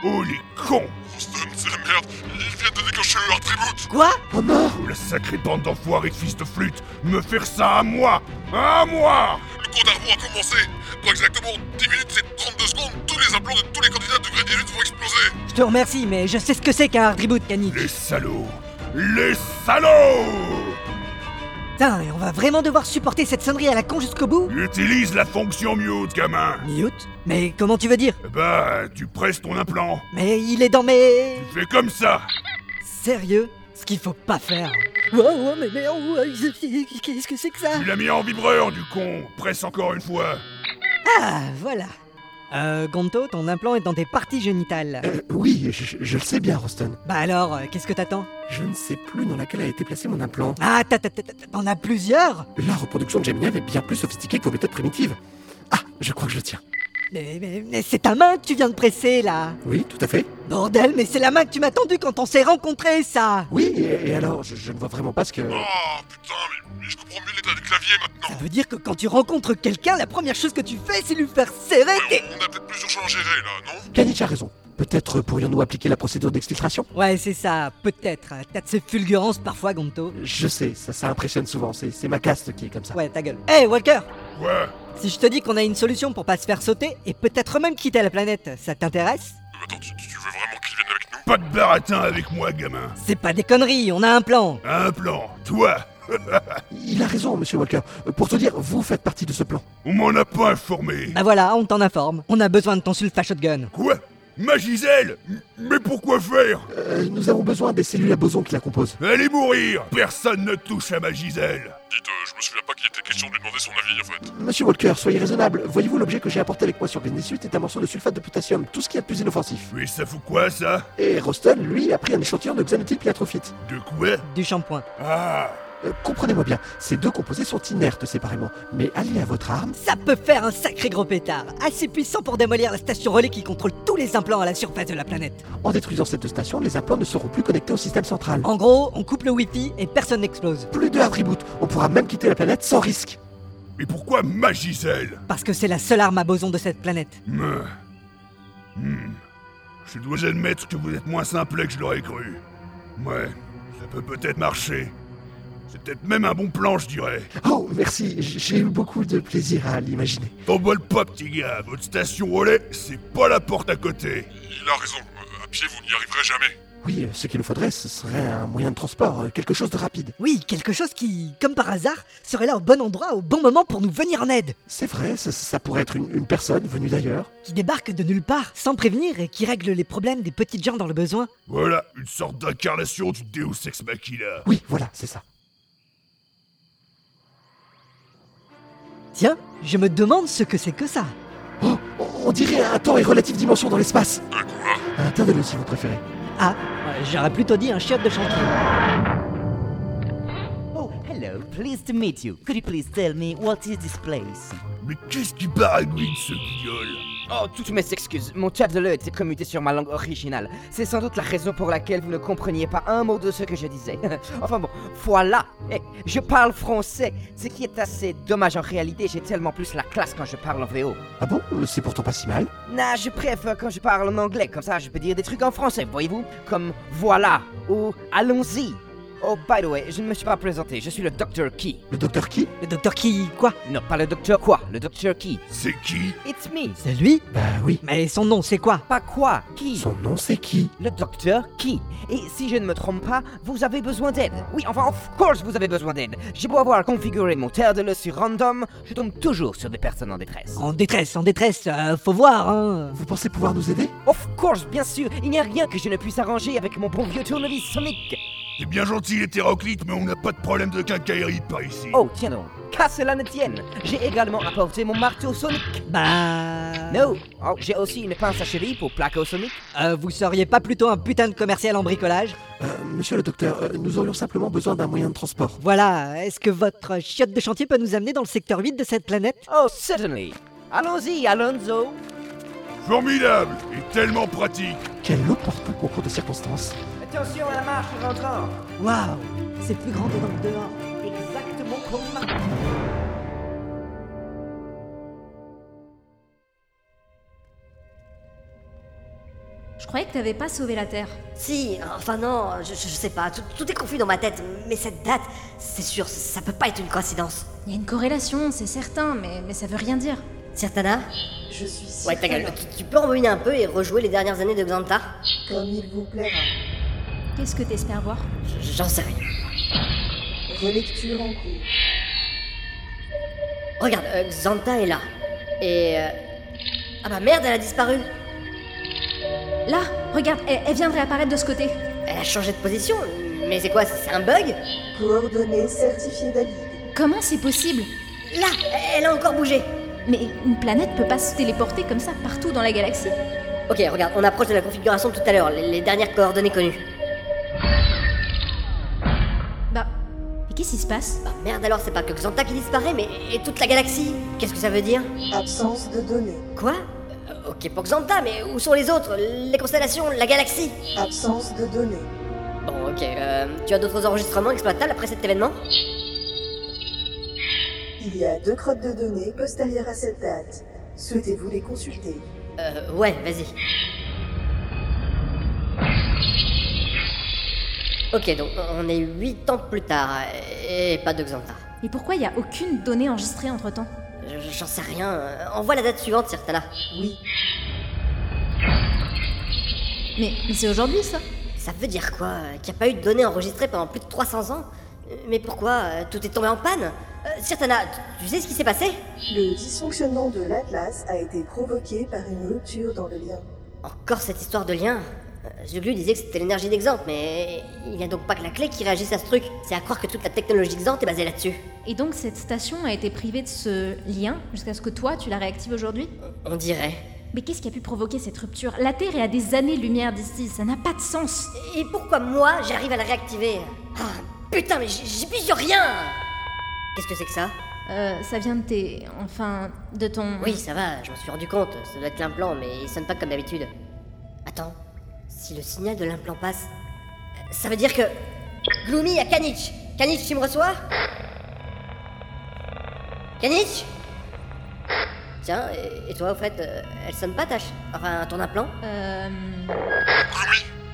Oh les cons Houston, c'est la merde Il vient de déclencher leur tribute Quoi Oh non La sacrée bande d'enfoirés de fils de flûte Me faire ça à moi À moi Le compte à rebours a commencé Dans exactement 10 minutes et 32 secondes, tous les implants de tous les candidats de Grey 18 vont exploser Je te remercie, mais je sais ce que c'est qu'un hard reboot, Yannick. Les salauds Les salauds Putain, et on va vraiment devoir supporter cette sonnerie à la con jusqu'au bout Utilise la fonction mute, gamin Mute Mais comment tu veux dire Bah, tu presses ton implant Mais il est dans mes... Fais comme ça Sérieux Ce qu'il faut pas faire. Oh, oh, mais, mais oh, euh, qu'est-ce que c'est que ça Tu l'as mis en vibreur, du con Presse encore une fois Ah, voilà. Euh, Gonto, ton implant est dans tes parties génitales. Euh, Oui, je, je- je le sais bien, Roston. Bah alors, euh, qu'est-ce que t'attends Je ne sais plus dans laquelle a été placé mon implant. Ah, t'as- t'as- t'as- t'en as plusieurs La reproduction de Gemini est bien plus sophistiquée que vos méthodes primitives. Ah, je crois que je le tiens. Mais, mais- mais c'est ta main que tu viens de presser, là Oui, tout à fait. Bordel, mais c'est la main que tu m'as tendue quand on s'est rencontrés, ça Oui, et, et alors, je, je ne vois vraiment pas ce que... Oh, Ça veut dire que quand tu rencontres quelqu'un, la première chose que tu fais, c'est lui faire serrer tes... Plusieurs choses à gérer, là, non Yannick a raison. Peut-être pourrions-nous appliquer la procédure d'exfiltration Ouais, c'est ça, peut-être. T'as de ces fulgurances parfois, Gonto. Je sais, ça, ça impressionne souvent, c'est c'est ma caste qui est comme ça. Ouais, ta gueule. Hé, hey, Walker Ouais Si je te dis qu'on a une solution pour pas se faire sauter, et peut-être même quitter la planète, ça t'intéresse Attends, tu, tu veux vraiment qu'ils viennent avec nous Pas de baratin avec moi, gamin. C'est pas des conneries, on a un plan. Un plan, toi [LAUGHS] Il a raison, monsieur Walker. Euh, Pour te dire, vous faites partie de ce plan. On m'en a pas informé. Bah voilà, on t'en informe. On a besoin de ton sulfa shotgun. Quoi Ma Gisèle M- Mais pourquoi faire Euh, nous avons besoin des cellules à boson qui la composent. Allez mourir Personne ne touche à ma Gisèle Dites, euh, je me souviens pas qu'il était question de lui demander son avis en fait. Monsieur Walker, soyez raisonnable. Voyez-vous, l'objet que j'ai apporté avec moi sur Green Suite est un morceau de sulfate de potassium, tout ce qui est plus inoffensif. Mais ça fout quoi, ça Et Roston, lui, a pris un échantillon de xanothype iatrophite. De quoi Du shampoing. Ah Euh, Comprenez-moi bien, ces deux composés sont inertes séparément, mais alliés à votre arme, Ça peut faire un sacré gros pétard, assez puissant pour démolir la station relais qui contrôle tous les implants à la surface de la planète. en détruisant cette station, les implants ne seront plus connectés au système central. En gros, on coupe le wifi et personne n'explose. Plus de hard reboot, on pourra même quitter la planète sans risque. Mais pourquoi ma Gisèle Parce que c'est la seule arme à boson de cette planète. Hmm. Hmm. Je dois admettre que vous êtes moins simple que je l'aurais cru. Ouais, ça peut peut-être marcher. C'est peut-être même un bon plan, je dirais. Oh, merci, j- j'ai eu beaucoup de plaisir à l'imaginer. T'emballes pas, petit gars. Votre station relais, c'est pas la porte à côté. Il a raison, euh, à pied vous n'y arriverez jamais. Oui, euh, ce qu'il nous faudrait, ce serait un moyen de transport, euh, quelque chose de rapide. Oui, quelque chose qui, comme par hasard, serait là au bon endroit, au bon moment pour nous venir en aide. C'est vrai, ça, ça pourrait être une, une personne venue d'ailleurs. Qui débarque de nulle part, sans prévenir et qui règle les problèmes des petites gens dans le besoin. Voilà, une sorte d'incarnation du Deus Ex Machina. Oui, voilà, c'est ça. Tiens, je me demande ce que c'est que ça. Oh, on dirait un temps et relative dimension dans l'espace. Un quoi Un Tindalus, si vous préférez. Ah, euh, j'aurais plutôt dit un chiotte de chantier. Oh, hello, pleased to meet you. Could you please tell me what is this place? Mais qu'est-ce qui baragouine, ce guignol Oh, toutes mes excuses, mon tableleu était commuté sur ma langue originale. C'est sans doute la raison pour laquelle vous ne compreniez pas un mot de ce que je disais. [LAUGHS] enfin bon, voilà Eh, Je parle français, ce qui est assez dommage en réalité, j'ai tellement plus la classe quand je parle en VO. Ah bon Euh, C'est pourtant pas si mal. Nah, je préfère quand je parle en anglais, comme ça je peux dire des trucs en français, voyez-vous Comme voilà ou allons-y. Oh, by the way, je ne me suis pas présenté, je suis le Dr. Key. Le docteur qui Le docteur qui, quoi Non, pas le docteur quoi, le Dr. Key. C'est qui It's me C'est lui Bah oui. Mais son nom, c'est quoi Pas quoi Qui Son nom c'est qui le docteur qui Et si je ne me trompe pas, vous avez besoin d'aide. Oui, enfin, of course, vous avez besoin d'aide. J'ai beau avoir configuré mon terre de le sur random, je tombe toujours sur des personnes en détresse. En détresse, en détresse, euh, faut voir, hein. Vous pensez pouvoir nous aider Of course, bien sûr, il n'y a rien que je ne puisse arranger avec mon bon vieux tournevis Sonic. T'es bien gentil, hétéroclite, mais on n'a pas de problème de quincaillerie par ici. Oh, tiens donc, qu'à cela ne tienne, j'ai également apporté mon marteau Sonic. Bah. No, oh, j'ai aussi une pince à cheville pour plaquer au Sonic. Euh, vous seriez pas plutôt un putain de commercial en bricolage Euh, Monsieur le docteur, euh, nous aurions simplement besoin d'un moyen de transport. Voilà, est-ce que votre chiotte de chantier peut nous amener dans le secteur 8 de cette planète Oh, certainly. Allons-y, Oh, Alonso. Formidable Et tellement pratique Quel opportun concours de circonstances. Attention à la marche en rentrant. Waouh, c'est plus grand que dans le dehors. Exactement comme ma... Je croyais que t'avais pas sauvé la Terre. Si, enfin non, je, je- je sais pas, tout, tout est confus dans ma tête, mais cette date, c'est sûr, ça peut pas être une coïncidence. Il y a une corrélation, c'est certain, mais, mais ça veut rien dire. Certana Je suis si Ouais, ta gueule, fan. tu, tu peux embobiner un peu et rejouer les dernières années de Xanta Comme il vous plaira. Qu'est-ce que t'espères voir J- J'en sais rien. Relecture en cours. Regarde, euh, Xanta est là. Et. euh, Ah bah merde, elle a disparu Là, regarde, elle, elle vient de réapparaître de ce côté. Elle a changé de position, mais c'est quoi C'est un bug Coordonnées certifiées valides. Comment c'est possible Là Elle a encore bougé Mais une planète peut pas se téléporter comme ça partout dans la galaxie. Ok, regarde, on approche de la configuration de tout à l'heure, les, les dernières coordonnées connues. Bah, mais qu'est-ce qui se passe Bah merde alors, c'est pas que Xanta qui disparaît, mais et toute la galaxie Qu'est-ce que ça veut dire Absence de données. Quoi Euh, Ok pour Xanta, mais où sont les autres Les constellations, la galaxie Absence de données. Bon, ok, euh, tu as d'autres enregistrements exploitables après cet événement Il y a deux crottes de données postérieures à cette date. Souhaitez-vous les consulter Euh, ouais, vas-y. Ok, donc on est 8 ans plus tard, et pas de Xanta. Et pourquoi il y a aucune donnée enregistrée entre temps Je- je- J'en sais rien, envoie la date suivante, Sirtana. Oui. Mais, mais c'est aujourd'hui ça Ça veut dire quoi euh, Qu'il n'y a pas eu de données enregistrées pendant plus de 300 ans Euh, Mais pourquoi euh, Tout est tombé en panne euh, Sirtana, tu- tu sais ce qui s'est passé Le dysfonctionnement de l'Atlas a été provoqué par une rupture dans le lien. Encore cette histoire de lien Euh, Zuglu disait que c'était l'énergie d'exemple, mais il n'y a donc pas que la clé qui réagisse à ce truc. C'est à croire que toute la technologie d'exemple est basée là-dessus. Et donc cette station a été privée de ce lien jusqu'à ce que toi tu la réactives aujourd'hui On dirait. Mais qu'est-ce qui a pu provoquer cette rupture La Terre est à des années-lumière d'ici, ça n'a pas de sens Et pourquoi moi j'arrive à la réactiver Ah putain, mais j- j'y pige rien Qu'est-ce que c'est que ça Euh, ça vient de tes... enfin, de ton... Oui, ça va, je m'en suis rendu compte. Ça doit être l'implant, mais il sonne pas comme d'habitude. Attends, si le signal de l'implant passe, euh, ça veut dire que. Gloomy à Kanich Kanich, tu me reçois Kanich Tiens, et- et toi, au fait, euh, elle sonne pas ta. ch- Enfin, ton implant Euh.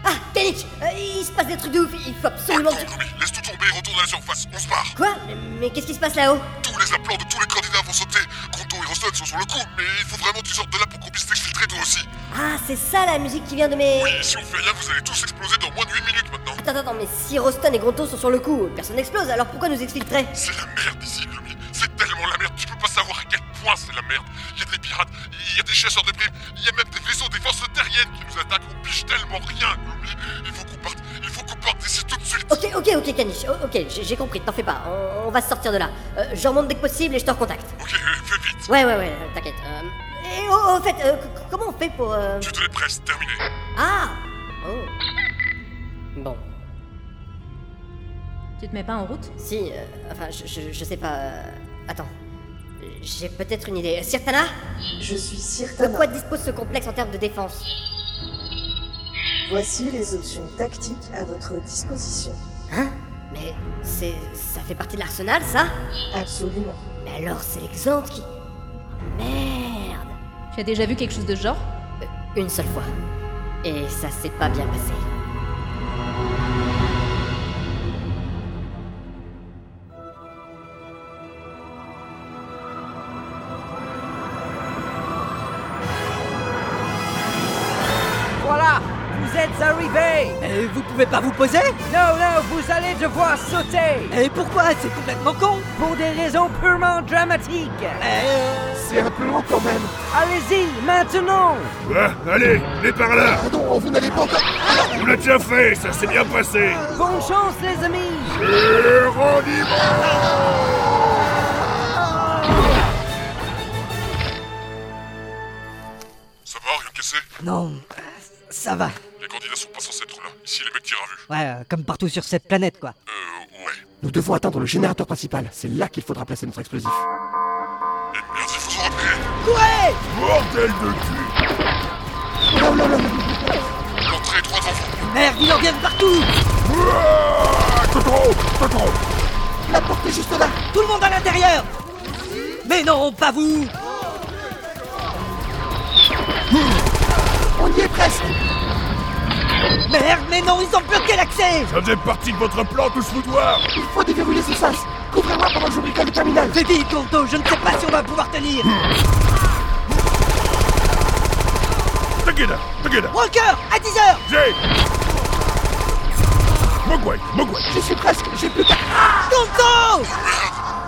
Ah, Kanich euh, Il se passe des trucs de ouf, il faut absolument. que tu- Laisse tout tomber et retourne à la surface, on se barre Quoi Mais, mais qu'est-ce qui se passe là-haut Tous les implants de tous les candidats vont sauter Grondo et Roston sont sur le coup, mais il faut vraiment que tu sortes de là pour qu'on puisse t'exfiltrer toi aussi Ah, c'est ça la musique qui vient de mes. Oui, si on fait rien, vous allez tous exploser dans moins de 8 minutes maintenant Attends, attends, mais si Roston et Gronto sont sur le coup, personne n'explose, alors pourquoi nous exfiltrer C'est la merde ici, Gloomy C'est tellement la merde, tu peux pas savoir à quel point c'est la merde Il y a des pirates, il y a des chasseurs de primes, il y a même des vaisseaux des forces terriennes qui nous attaquent, on pige tellement rien, Gloomy Il faut qu'on parte, il faut qu'on parte d'ici tout de suite Ok, ok, ok, Caniche, O- ok, j'ai j'ai compris, t'en fais pas, on, on va se sortir de là. Euh, je remonte dès que possible et je te recontacte. Ok, [LAUGHS] fais vite Ouais, ouais, ouais, euh, t'inquiète. Euh, et au- au fait, euh, c- c- comment on fait pour. euh, Tu te les presses, terminé Ah Oh Bon. Tu te mets pas en route Si, euh, enfin, je, je- je sais pas. euh, Attends. J'ai peut-être une idée. Sirtana Je suis Sirtana. De quoi dispose ce complexe en termes de défense Voici les options tactiques à votre disposition. Hein Mais c'est. ça fait partie de l'arsenal, ça Absolument. Mais alors, c'est l'exemple qui. Merde Euh, Tu as déjà vu quelque chose de ce genre Une seule fois. Et ça s'est pas bien passé. Voilà, vous êtes arrivés Et vous pouvez pas vous poser Non, non, vous allez devoir sauter Et pourquoi C'est complètement con Pour des raisons purement dramatiques Euh, C'est un peu long quand même Allez-y, maintenant Ah, allez, les par là Pardon, vous n'allez pas encore... On l'a déjà fait, ça s'est bien passé Bonne chance, les amis Ça va, rien cassé Non, euh, ça va. Les candidats sont pas censés être là, ici les mecs tirent à vue Ouais, euh, comme partout sur cette planète, quoi. Euh, Nous devons atteindre le générateur principal, c'est là qu'il faudra placer notre explosif. Courez Bordel de cul L'entrée droite en vous Merde, il en vient de partout Totoro Totoro La porte est juste là Tout le monde à l'intérieur Mais non, pas vous On y est presque Merde, mais non, ils ont bloqué l'accès Ça faisait partie de votre plan, tous foutoir Il faut déverrouiller ce sas Couvrez-moi pendant que je bricole le terminal Fais vite, Tonto, je ne sais pas si on va pouvoir tenir Takeda Takeda Walker, à 10h Jay Mogwai Mogwai Je suis presque, j'ai plus qu'à... Ah,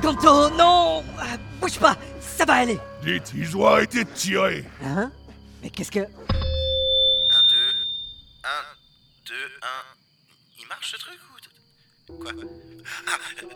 Tonto Tonto, non Ah, Bouge pas, ça va aller Dites, ils ont arrêté de tirer Hein Mais qu'est-ce que... 1, 2, 1, 2, 1. Il marche ce truc ou. Quoi Ah, euh,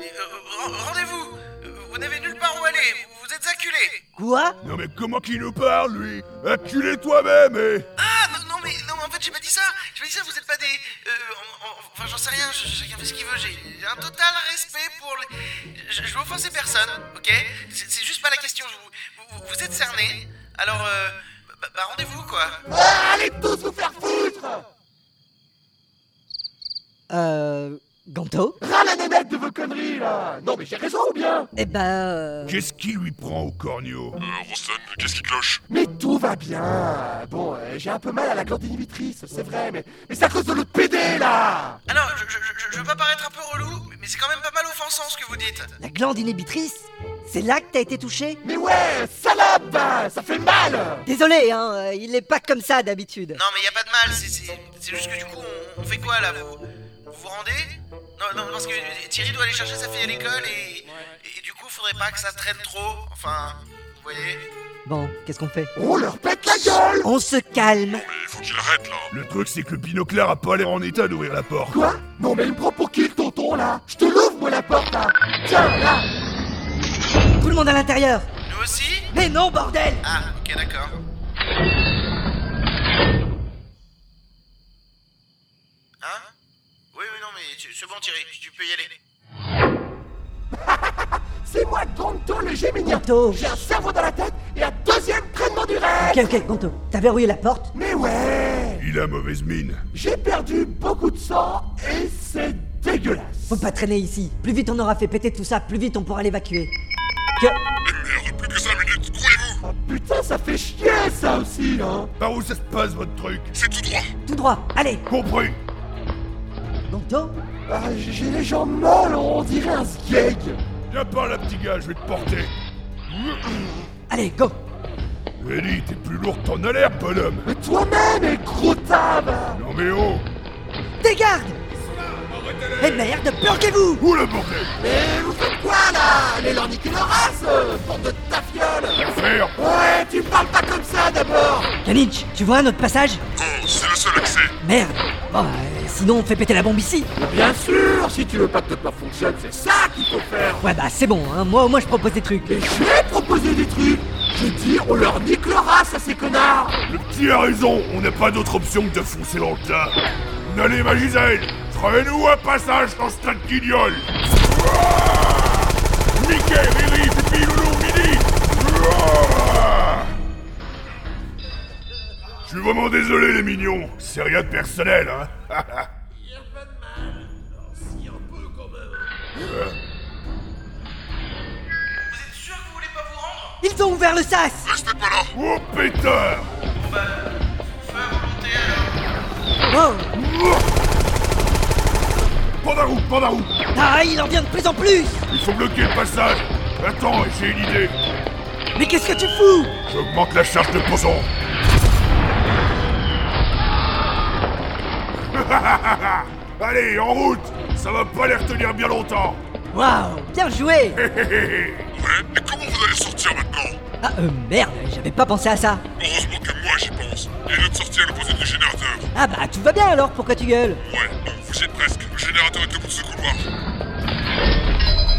euh, euh, Rendez-vous Vous n'avez nulle part où aller Vous êtes acculé Quoi Non mais comment qu'il nous parle, lui Acculé toi-même et... Ah non, non, mais, non, mais en fait, j'ai pas dit ça J'ai pas dit ça, vous êtes pas des. euh, en- en- enfin, j'en sais rien, ch- chacun fait ce qu'il veut. J'ai j'ai un total respect pour les. Je, je veux offenser personne, ok C'est c'est juste pas la question. Vous, vous, vous êtes cerné Alors, euh, bah, bah, rendez-vous quoi Ah, Allez tous vous faire foutre Euh... Gonto Râle à des mecs de vos conneries, là Non mais j'ai raison ou bien Eh ben... euh, Qu'est-ce qui lui prend au corneau Euh, Roston, qu'est-ce qui cloche Mais tout va bien Bon, euh, j'ai un peu mal à la glande inhibitrice, c'est vrai, mais... Mais c'est à cause de l'autre PD, là Alors, je, je- je- je veux pas paraître un peu relou, mais c'est quand même pas mal offensant ce que vous dites. La glande inhibitrice C'est là que t'as été touché Mais ouais, salope Ça fait mal Désolé, hein, euh, il est pas comme ça d'habitude. Non, mais y a pas de mal, c'est- c'est c'est juste que du coup, on, on fait quoi là Vous vous, vous rendez non, non, parce que Thierry doit aller chercher sa fille à l'école et, et du coup, faudrait pas que ça traîne trop. Enfin, vous voyez Bon, qu'est-ce qu'on fait On leur pète la gueule On se calme Faut qu'il arrête là Le truc, c'est que le binoclard a pas l'air en état d'ouvrir la porte. Quoi Non mais il me prend pour qui le tonton là Je te l'ouvre moi la porte là Tiens là Tout le monde à l'intérieur Nous aussi Mais non, bordel Ah, ok, d'accord. Hein Oui, oui, non, mais c'est c'est bon, Thierry, tu peux y aller. C'est moi Tonton le Géminien J'ai un cerveau dans la tête et un deuxième traînement du rêve Ok, ok, Gonto, t'as verrouillé la porte Mais ouais Il a mauvaise mine. J'ai perdu beaucoup de sang et c'est dégueulasse Faut pas traîner ici. Plus vite on aura fait péter tout ça, plus vite on pourra l'évacuer. Que... Oh, Putain ça fait chier ça aussi hein Par où ça se passe, votre truc C'est tout droit Tout droit, allez Compris Gonto Ah, J'ai les jambes molles, on dirait un skeg Viens par là, petit gars, je vais te porter. Allez, go Ellie, t'es plus lourd que t'en as l'air, bonhomme Mais toi-même, et gros tab Non mais oh Dégarde Eh merde, planquez-vous Où le bordel Mais vous faites quoi là Allez leur niquer leur race, euh, bande de ta fiole Faire Ouais, tu parles pas comme ça d'abord Yannick, tu vois un autre passage Oh, c'est le seul accès Merde Bon, bah, sinon on fait péter la bombe ici Bien sûr, si tu veux pas que ton plan fonctionne, c'est ça qu'il faut faire Ouais bah c'est bon, hein. moi au moins je propose des trucs. Mais je vais proposer des trucs Je veux dire, on leur nique leur race à ces connards Le petit a raison, on n'a pas d'autre option que de foncer dans le tas. Allez, ma Gisèle Trouvez-nous un passage dans ce tas de guignols Ouah Mickey, Riri, Pipi, Loulou, Mini Ouah Je suis vraiment désolé, les mignons C'est rien de personnel, hein Ils ont ouvert le sas Restez pas là Oh, pétard Oh Pandarou, Pandarou Ah, il en vient de plus en plus Il faut bloquer le passage Attends, j'ai une idée Mais qu'est-ce que tu fous J'augmente la charge de poison [LAUGHS] Allez, en route Ça va pas les retenir bien longtemps Waouh Bien joué Hé, hé, hé, hé. Ouais, mais comment vous allez sortir maintenant Ah, euh, merde, j'avais pas pensé à ça. Heureusement que moi j'y pense. Et notre sortie à l'opposé du générateur. Ah bah tout va bien alors, pourquoi tu gueules Ouais, non, vous y êtes presque. Le générateur est au bout de ce couloir.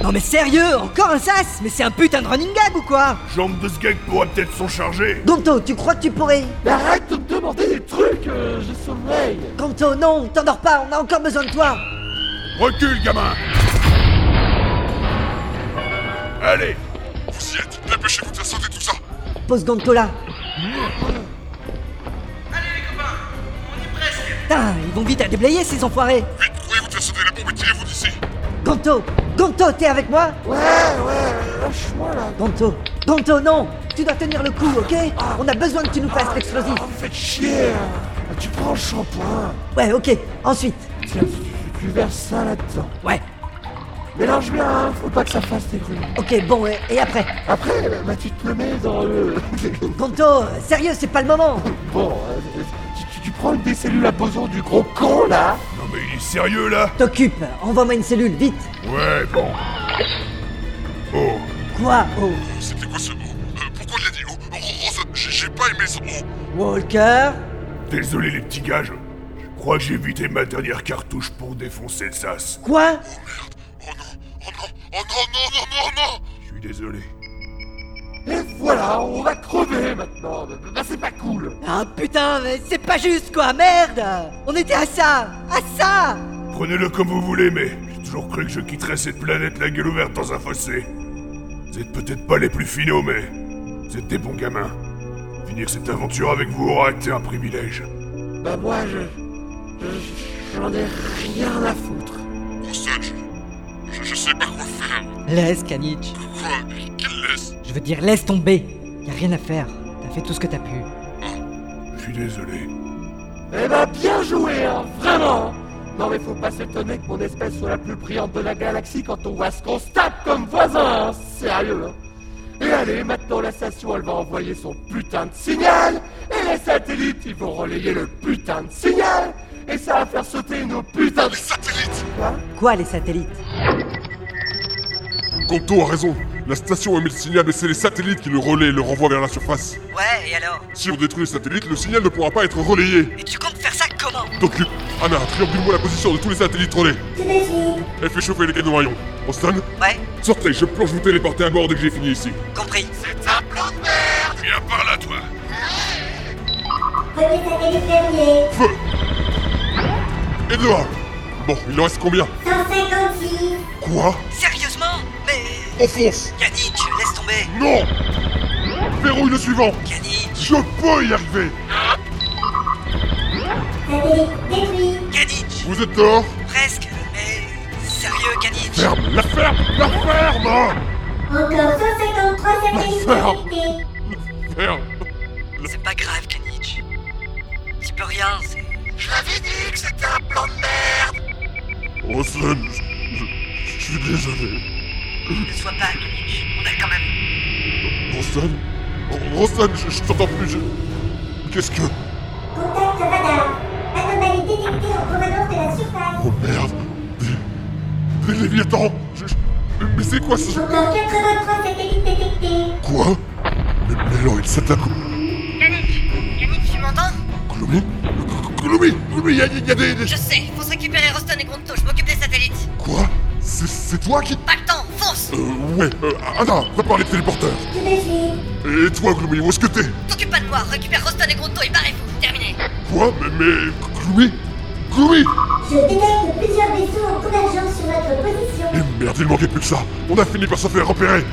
Non mais sérieux, encore un sas Mais c'est un putain de running gag ou quoi Jambe de ce gag pourrait peut-être s'en charger Gonto, tu crois que tu pourrais Mais arrête de me demander des trucs, euh, je sommeille Gonto, non, t'endors pas, on a encore besoin de toi [LAUGHS] Recule, gamin Allez Vous y êtes. Dépêchez-vous de faire sauter tout ça. Pose Gonto là Putain, ils vont vite à déblayer ces enfoirés Vite, courez-vous de faire sauter la bombe et tirez-vous d'ici. Gonto Gonto, t'es avec moi Ouais, ouais, lâche-moi là Gonto Gonto, non Tu dois tenir le coup, ok On a besoin que tu nous fasses l'explosif Oh, me faites chier hein. Tu prends le shampoing Ouais, ok, ensuite Tiens, tu, tu verses ça là-dedans. Ouais, Mélange bien, hein, faut pas que ça fasse des grumes. ok, bon, et, et après Après, bah, bah, tu te le mets dans le... [LAUGHS] Gonto, sérieux, c'est pas le moment bon, euh, tu, tu- tu prends le décellule à boson du gros con, là Non mais il est sérieux, là T'occupe, envoie-moi une cellule, vite Ouais, bon... Oh, Quoi Oh C'était quoi ce mot Euh, Pourquoi je l'ai dit oh, oh, oh, ça- j'ai j'ai pas aimé ce mot. Walker désolé les petits gars, je... je crois que j'ai vidé ma dernière cartouche pour défoncer le sas. Quoi Oh non, oh non, oh non, non, non, non, non Je suis désolé. Et voilà, on va crever maintenant Bah, bah, c'est pas cool Ah putain, mais c'est pas juste quoi, merde On était à ça À ça Prenez-le comme vous voulez, mais j'ai toujours cru que je quitterais cette planète la gueule ouverte dans un fossé. Vous êtes peut-être pas les plus finaux, mais vous êtes des bons gamins. Finir cette aventure avec vous aura été un privilège. Bah moi, je... je- J'en ai Euh, rien à foutre. Oh, Sage, je, je sais pas quoi faire. Laisse, Kanich. Quoi Oh, Mais quelle laisse Je veux dire, laisse tomber. Y a rien à faire. T'as fait tout ce que t'as pu. Je suis désolé. ben, Eh bah, bien joué, hein, Ah, vraiment Non mais faut pas s'étonner que mon espèce soit la plus brillante de la galaxie quand on voit ce qu'on se tape comme voisin, hein. sérieux. hein. Et allez, maintenant la station elle va envoyer son putain de signal Et les satellites ils vont relayer le putain de signal Et ça va faire sauter nos putains de satellites Quoi les satellites Kanto a raison. La station émet le signal, mais c'est les satellites qui le relaient et le renvoient vers la surface. Ouais, et alors Si on détruit les satellites, le signal ne pourra pas être relayé. Et tu comptes faire ça comment T'occupe. Anna, triangule-moi la position de tous les satellites relais. Et fais chauffer les canons à ion. Austin Ouais Sortez, je plonge vous téléporter à bord dès que j'ai fini ici. Compris. C'est un plan de merde Viens par là, toi Feu Et dehors Bon, il en reste combien Quoi Sérieusement Mais. Enfonce Yannick, laisse tomber Non Verrouille le suivant Je peux y arriver Vous êtes dehors Presque, mais. Sérieux, Yannick Ferme La ferme La ferme Encore 153 satellites Ferme. Ferme C'est pas grave, Kanich. Tu peux rien, c'est. Je l'avais dit que c'était un plan de merde Austin, je, je- je suis désolé. Ne sois pas, Kanich. On a quand même. Rostan Rostan, je, je t'entends plus, je... Qu'est-ce que... Contact radar. Anomalie détectée en provenance de la surface. Oh merde Des... Des léviathans je, je- Mais c'est quoi ce... Encore 83 satellites détectés. Quoi Mais, mais alors, il s'attaque... au- Yannick, Yannick, tu m'entends Kouloumi Kouloumi Kouloumi, il y a, il y a des... des- Je sais, faut se récupérer Roston et Gronto, je m'occupe des satellites. Quoi C'est- C'est toi qui... Pas le temps, fonce Euh, ouais, euh, Anna, va parler de téléporteur Et toi, Kouloumi, où est-ce que t'es T'occupe pas de moi, récupère Roston et Gronto et barrez-vous, terminé. Quoi Mais... mais... Kouloumi Kouloumi Je détecte plusieurs vaisseaux en convergence sur votre position. Et merde, il manquait plus que ça On a fini par se faire repérer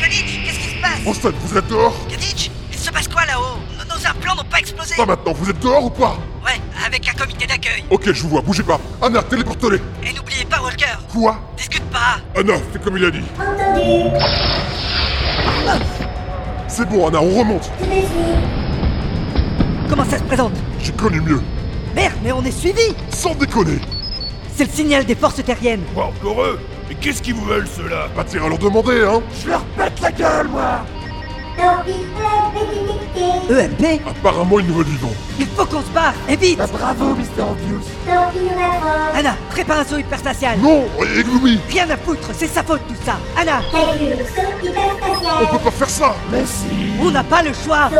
Kanich, qu'est-ce qui se passe Rostan, vous êtes dehors Kanich, il se passe quoi là-haut Nos- Nos implants n'ont pas explosé Pas maintenant, vous êtes dehors ou pas Ouais, avec un comité d'accueil. Ok, je vous vois, bougez pas. Anna, téléporte-les. Et n'oubliez pas Walker. Quoi Discute pas Anna, fais comme il a dit. Entendu. C'est bon, Anna, on remonte. Comment ça se présente J'ai connu mieux. Merde, mais on est suivi Sans déconner C'est le signal des forces terriennes Pas encore eux Mais qu'est-ce qu'ils vous veulent, ceux-là Pas tir à leur demander, hein Je leur pète la gueule, moi EMP Apparemment, ils nous redivent. Il faut qu'on se barre Et vite Ah, Bravo, Mr. Obvious Anna, prépare un saut hyperspatial Non Et Gloomy Rien à foutre, c'est sa faute tout ça Anna On peut pas faire ça Mais si On n'a pas le choix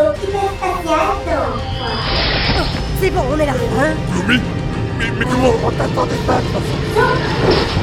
C'est bon, on est là, hein Gloomy mais, mais comment On t'attendait pas, de toute façon.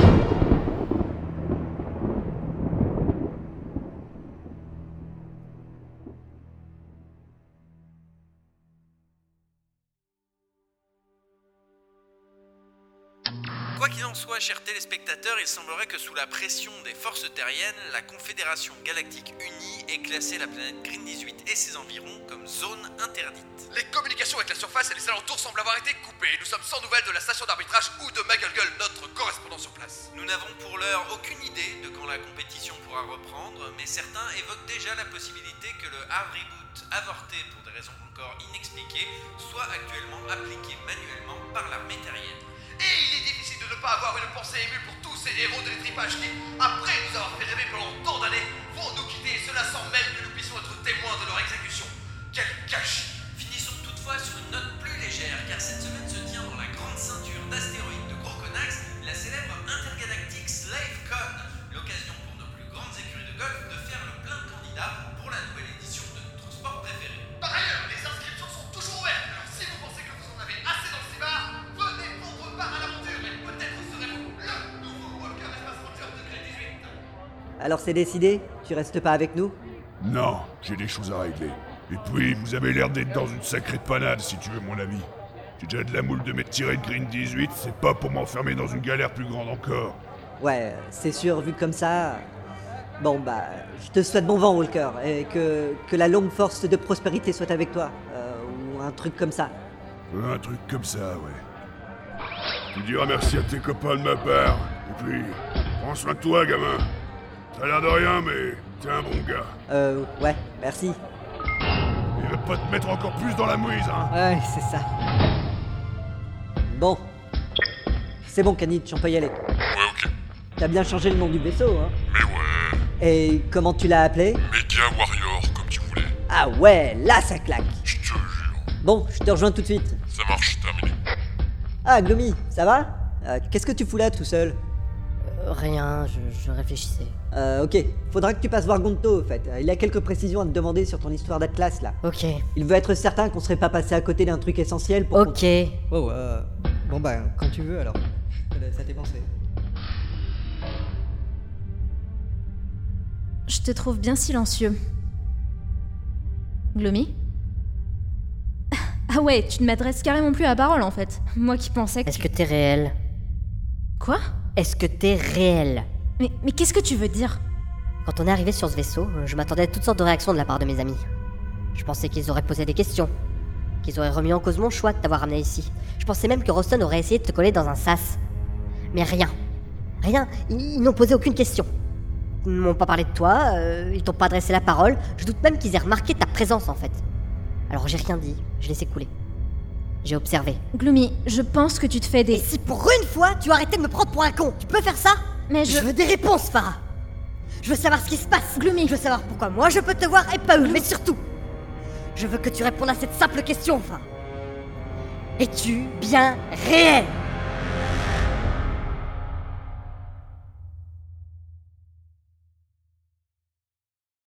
Quoi qu'il en soit, chers téléspectateurs, il semblerait que sous la pression des forces terriennes, la Confédération Galactique Unie ait classé la planète Green 18 et ses environs comme zone interdite. Les communications avec la surface et les alentours semblent avoir été coupées. Nous sommes sans nouvelles de la station d'arbitrage ou de McGull, notre correspondant sur place. Nous n'avons pour l'heure aucune idée de quand la compétition pourra reprendre, mais certains évoquent déjà la possibilité que le hard reboot, avorté pour des raisons encore inexpliquées, soit actuellement appliqué manuellement par l'armée terrienne. Et il est difficile de ne pas avoir une pensée émue pour tous ces héros de l'étripage qui, après nous avoir fait rêver pendant tant d'années, vont nous quitter et cela sans même que nous puissions être témoins de leur exécution. Quel gâchis Finissons toutefois sur une note plus légère, car cette semaine se tient dans la grande ceinture d'astéroïdes de Croconax la célèbre intergalactique SlaveCon, l'occasion pour nos plus grandes écuries de golf de faire le plein de candidats pour la nouvelle édition de notre sport préféré. Par ailleurs, les inscriptions sont toujours ouvertes, alors si vous pensez que vous en avez assez dans le cibard, venez prendre part à l'aventure et peut-être serez-vous le nouveau Walker Espace Ranger de Grey 18. Alors c'est décidé Tu restes pas avec nous Non, j'ai des choses à régler. Et puis, vous avez l'air d'être dans une sacrée panade, si tu veux mon avis. J'ai déjà de la moule de m'être tiré de Green 18, c'est pas pour m'enfermer dans une galère plus grande encore. Ouais, c'est sûr, vu comme ça... Bon bah, je te souhaite bon vent Walker, et que, que la longue force de prospérité soit avec toi, euh, ou un truc comme ça. Un truc comme ça, ouais. Tu diras merci à tes copains de ma part. Et puis, prends soin de toi, gamin. T'as l'air de rien, mais t'es un bon gars. Euh, ouais, merci. Il va pas te mettre encore plus dans la mouise, hein Ouais, c'est ça. Bon, C'est bon, Kanich, on peut y aller. Ouais, ok. T'as bien changé le nom du vaisseau, hein Mais ouais. Et comment tu l'as appelé Mega Warrior, comme tu voulais. Ah ouais, là ça claque Je te jure. Bon, je te rejoins tout de suite. Ça marche, terminé. Ah, Glomi, ça va Euh, Qu'est-ce que tu fous là tout seul Euh, Rien, je, je réfléchissais. Euh, ok. Faudra que tu passes voir Gonto, au fait. Euh, Il a quelques précisions à te demander sur ton histoire d'Atlas, là. Ok. Il veut être certain qu'on serait pas passé à côté d'un truc essentiel pour. Ok. Oh, euh. Bon, bah, quand tu veux alors. Ça t'est pensé. Je te trouve bien silencieux. Glomi Ah ouais, tu ne m'adresses carrément plus à la parole en fait. Moi qui pensais que. Est-ce que t'es réel Quoi Est-ce que t'es réel Mais, mais qu'est-ce que tu veux dire Quand on est arrivé sur ce vaisseau, je m'attendais à toutes sortes de réactions de la part de mes amis. Je pensais qu'ils auraient posé des questions. Qu'ils auraient remis en cause mon choix de t'avoir ramené ici. Je pensais même que Roston aurait essayé de te coller dans un sas. Mais rien. Rien. Ils, ils n'ont posé aucune question. Ils m'ont pas parlé de toi, euh, ils t'ont pas adressé la parole. Je doute même qu'ils aient remarqué ta présence en fait. Alors j'ai rien dit, je laissais couler. J'ai observé. Gloomy, je pense que tu te fais des. Si pour une fois, tu as arrêté de me prendre pour un con, tu peux faire ça Mais je. Je veux des réponses, Farah. Je veux savoir ce qui se passe. Gloomy. Je veux savoir pourquoi moi je peux te voir et pas eux. Mais surtout, je veux que tu répondes à cette simple question, Farah. Es-tu bien réel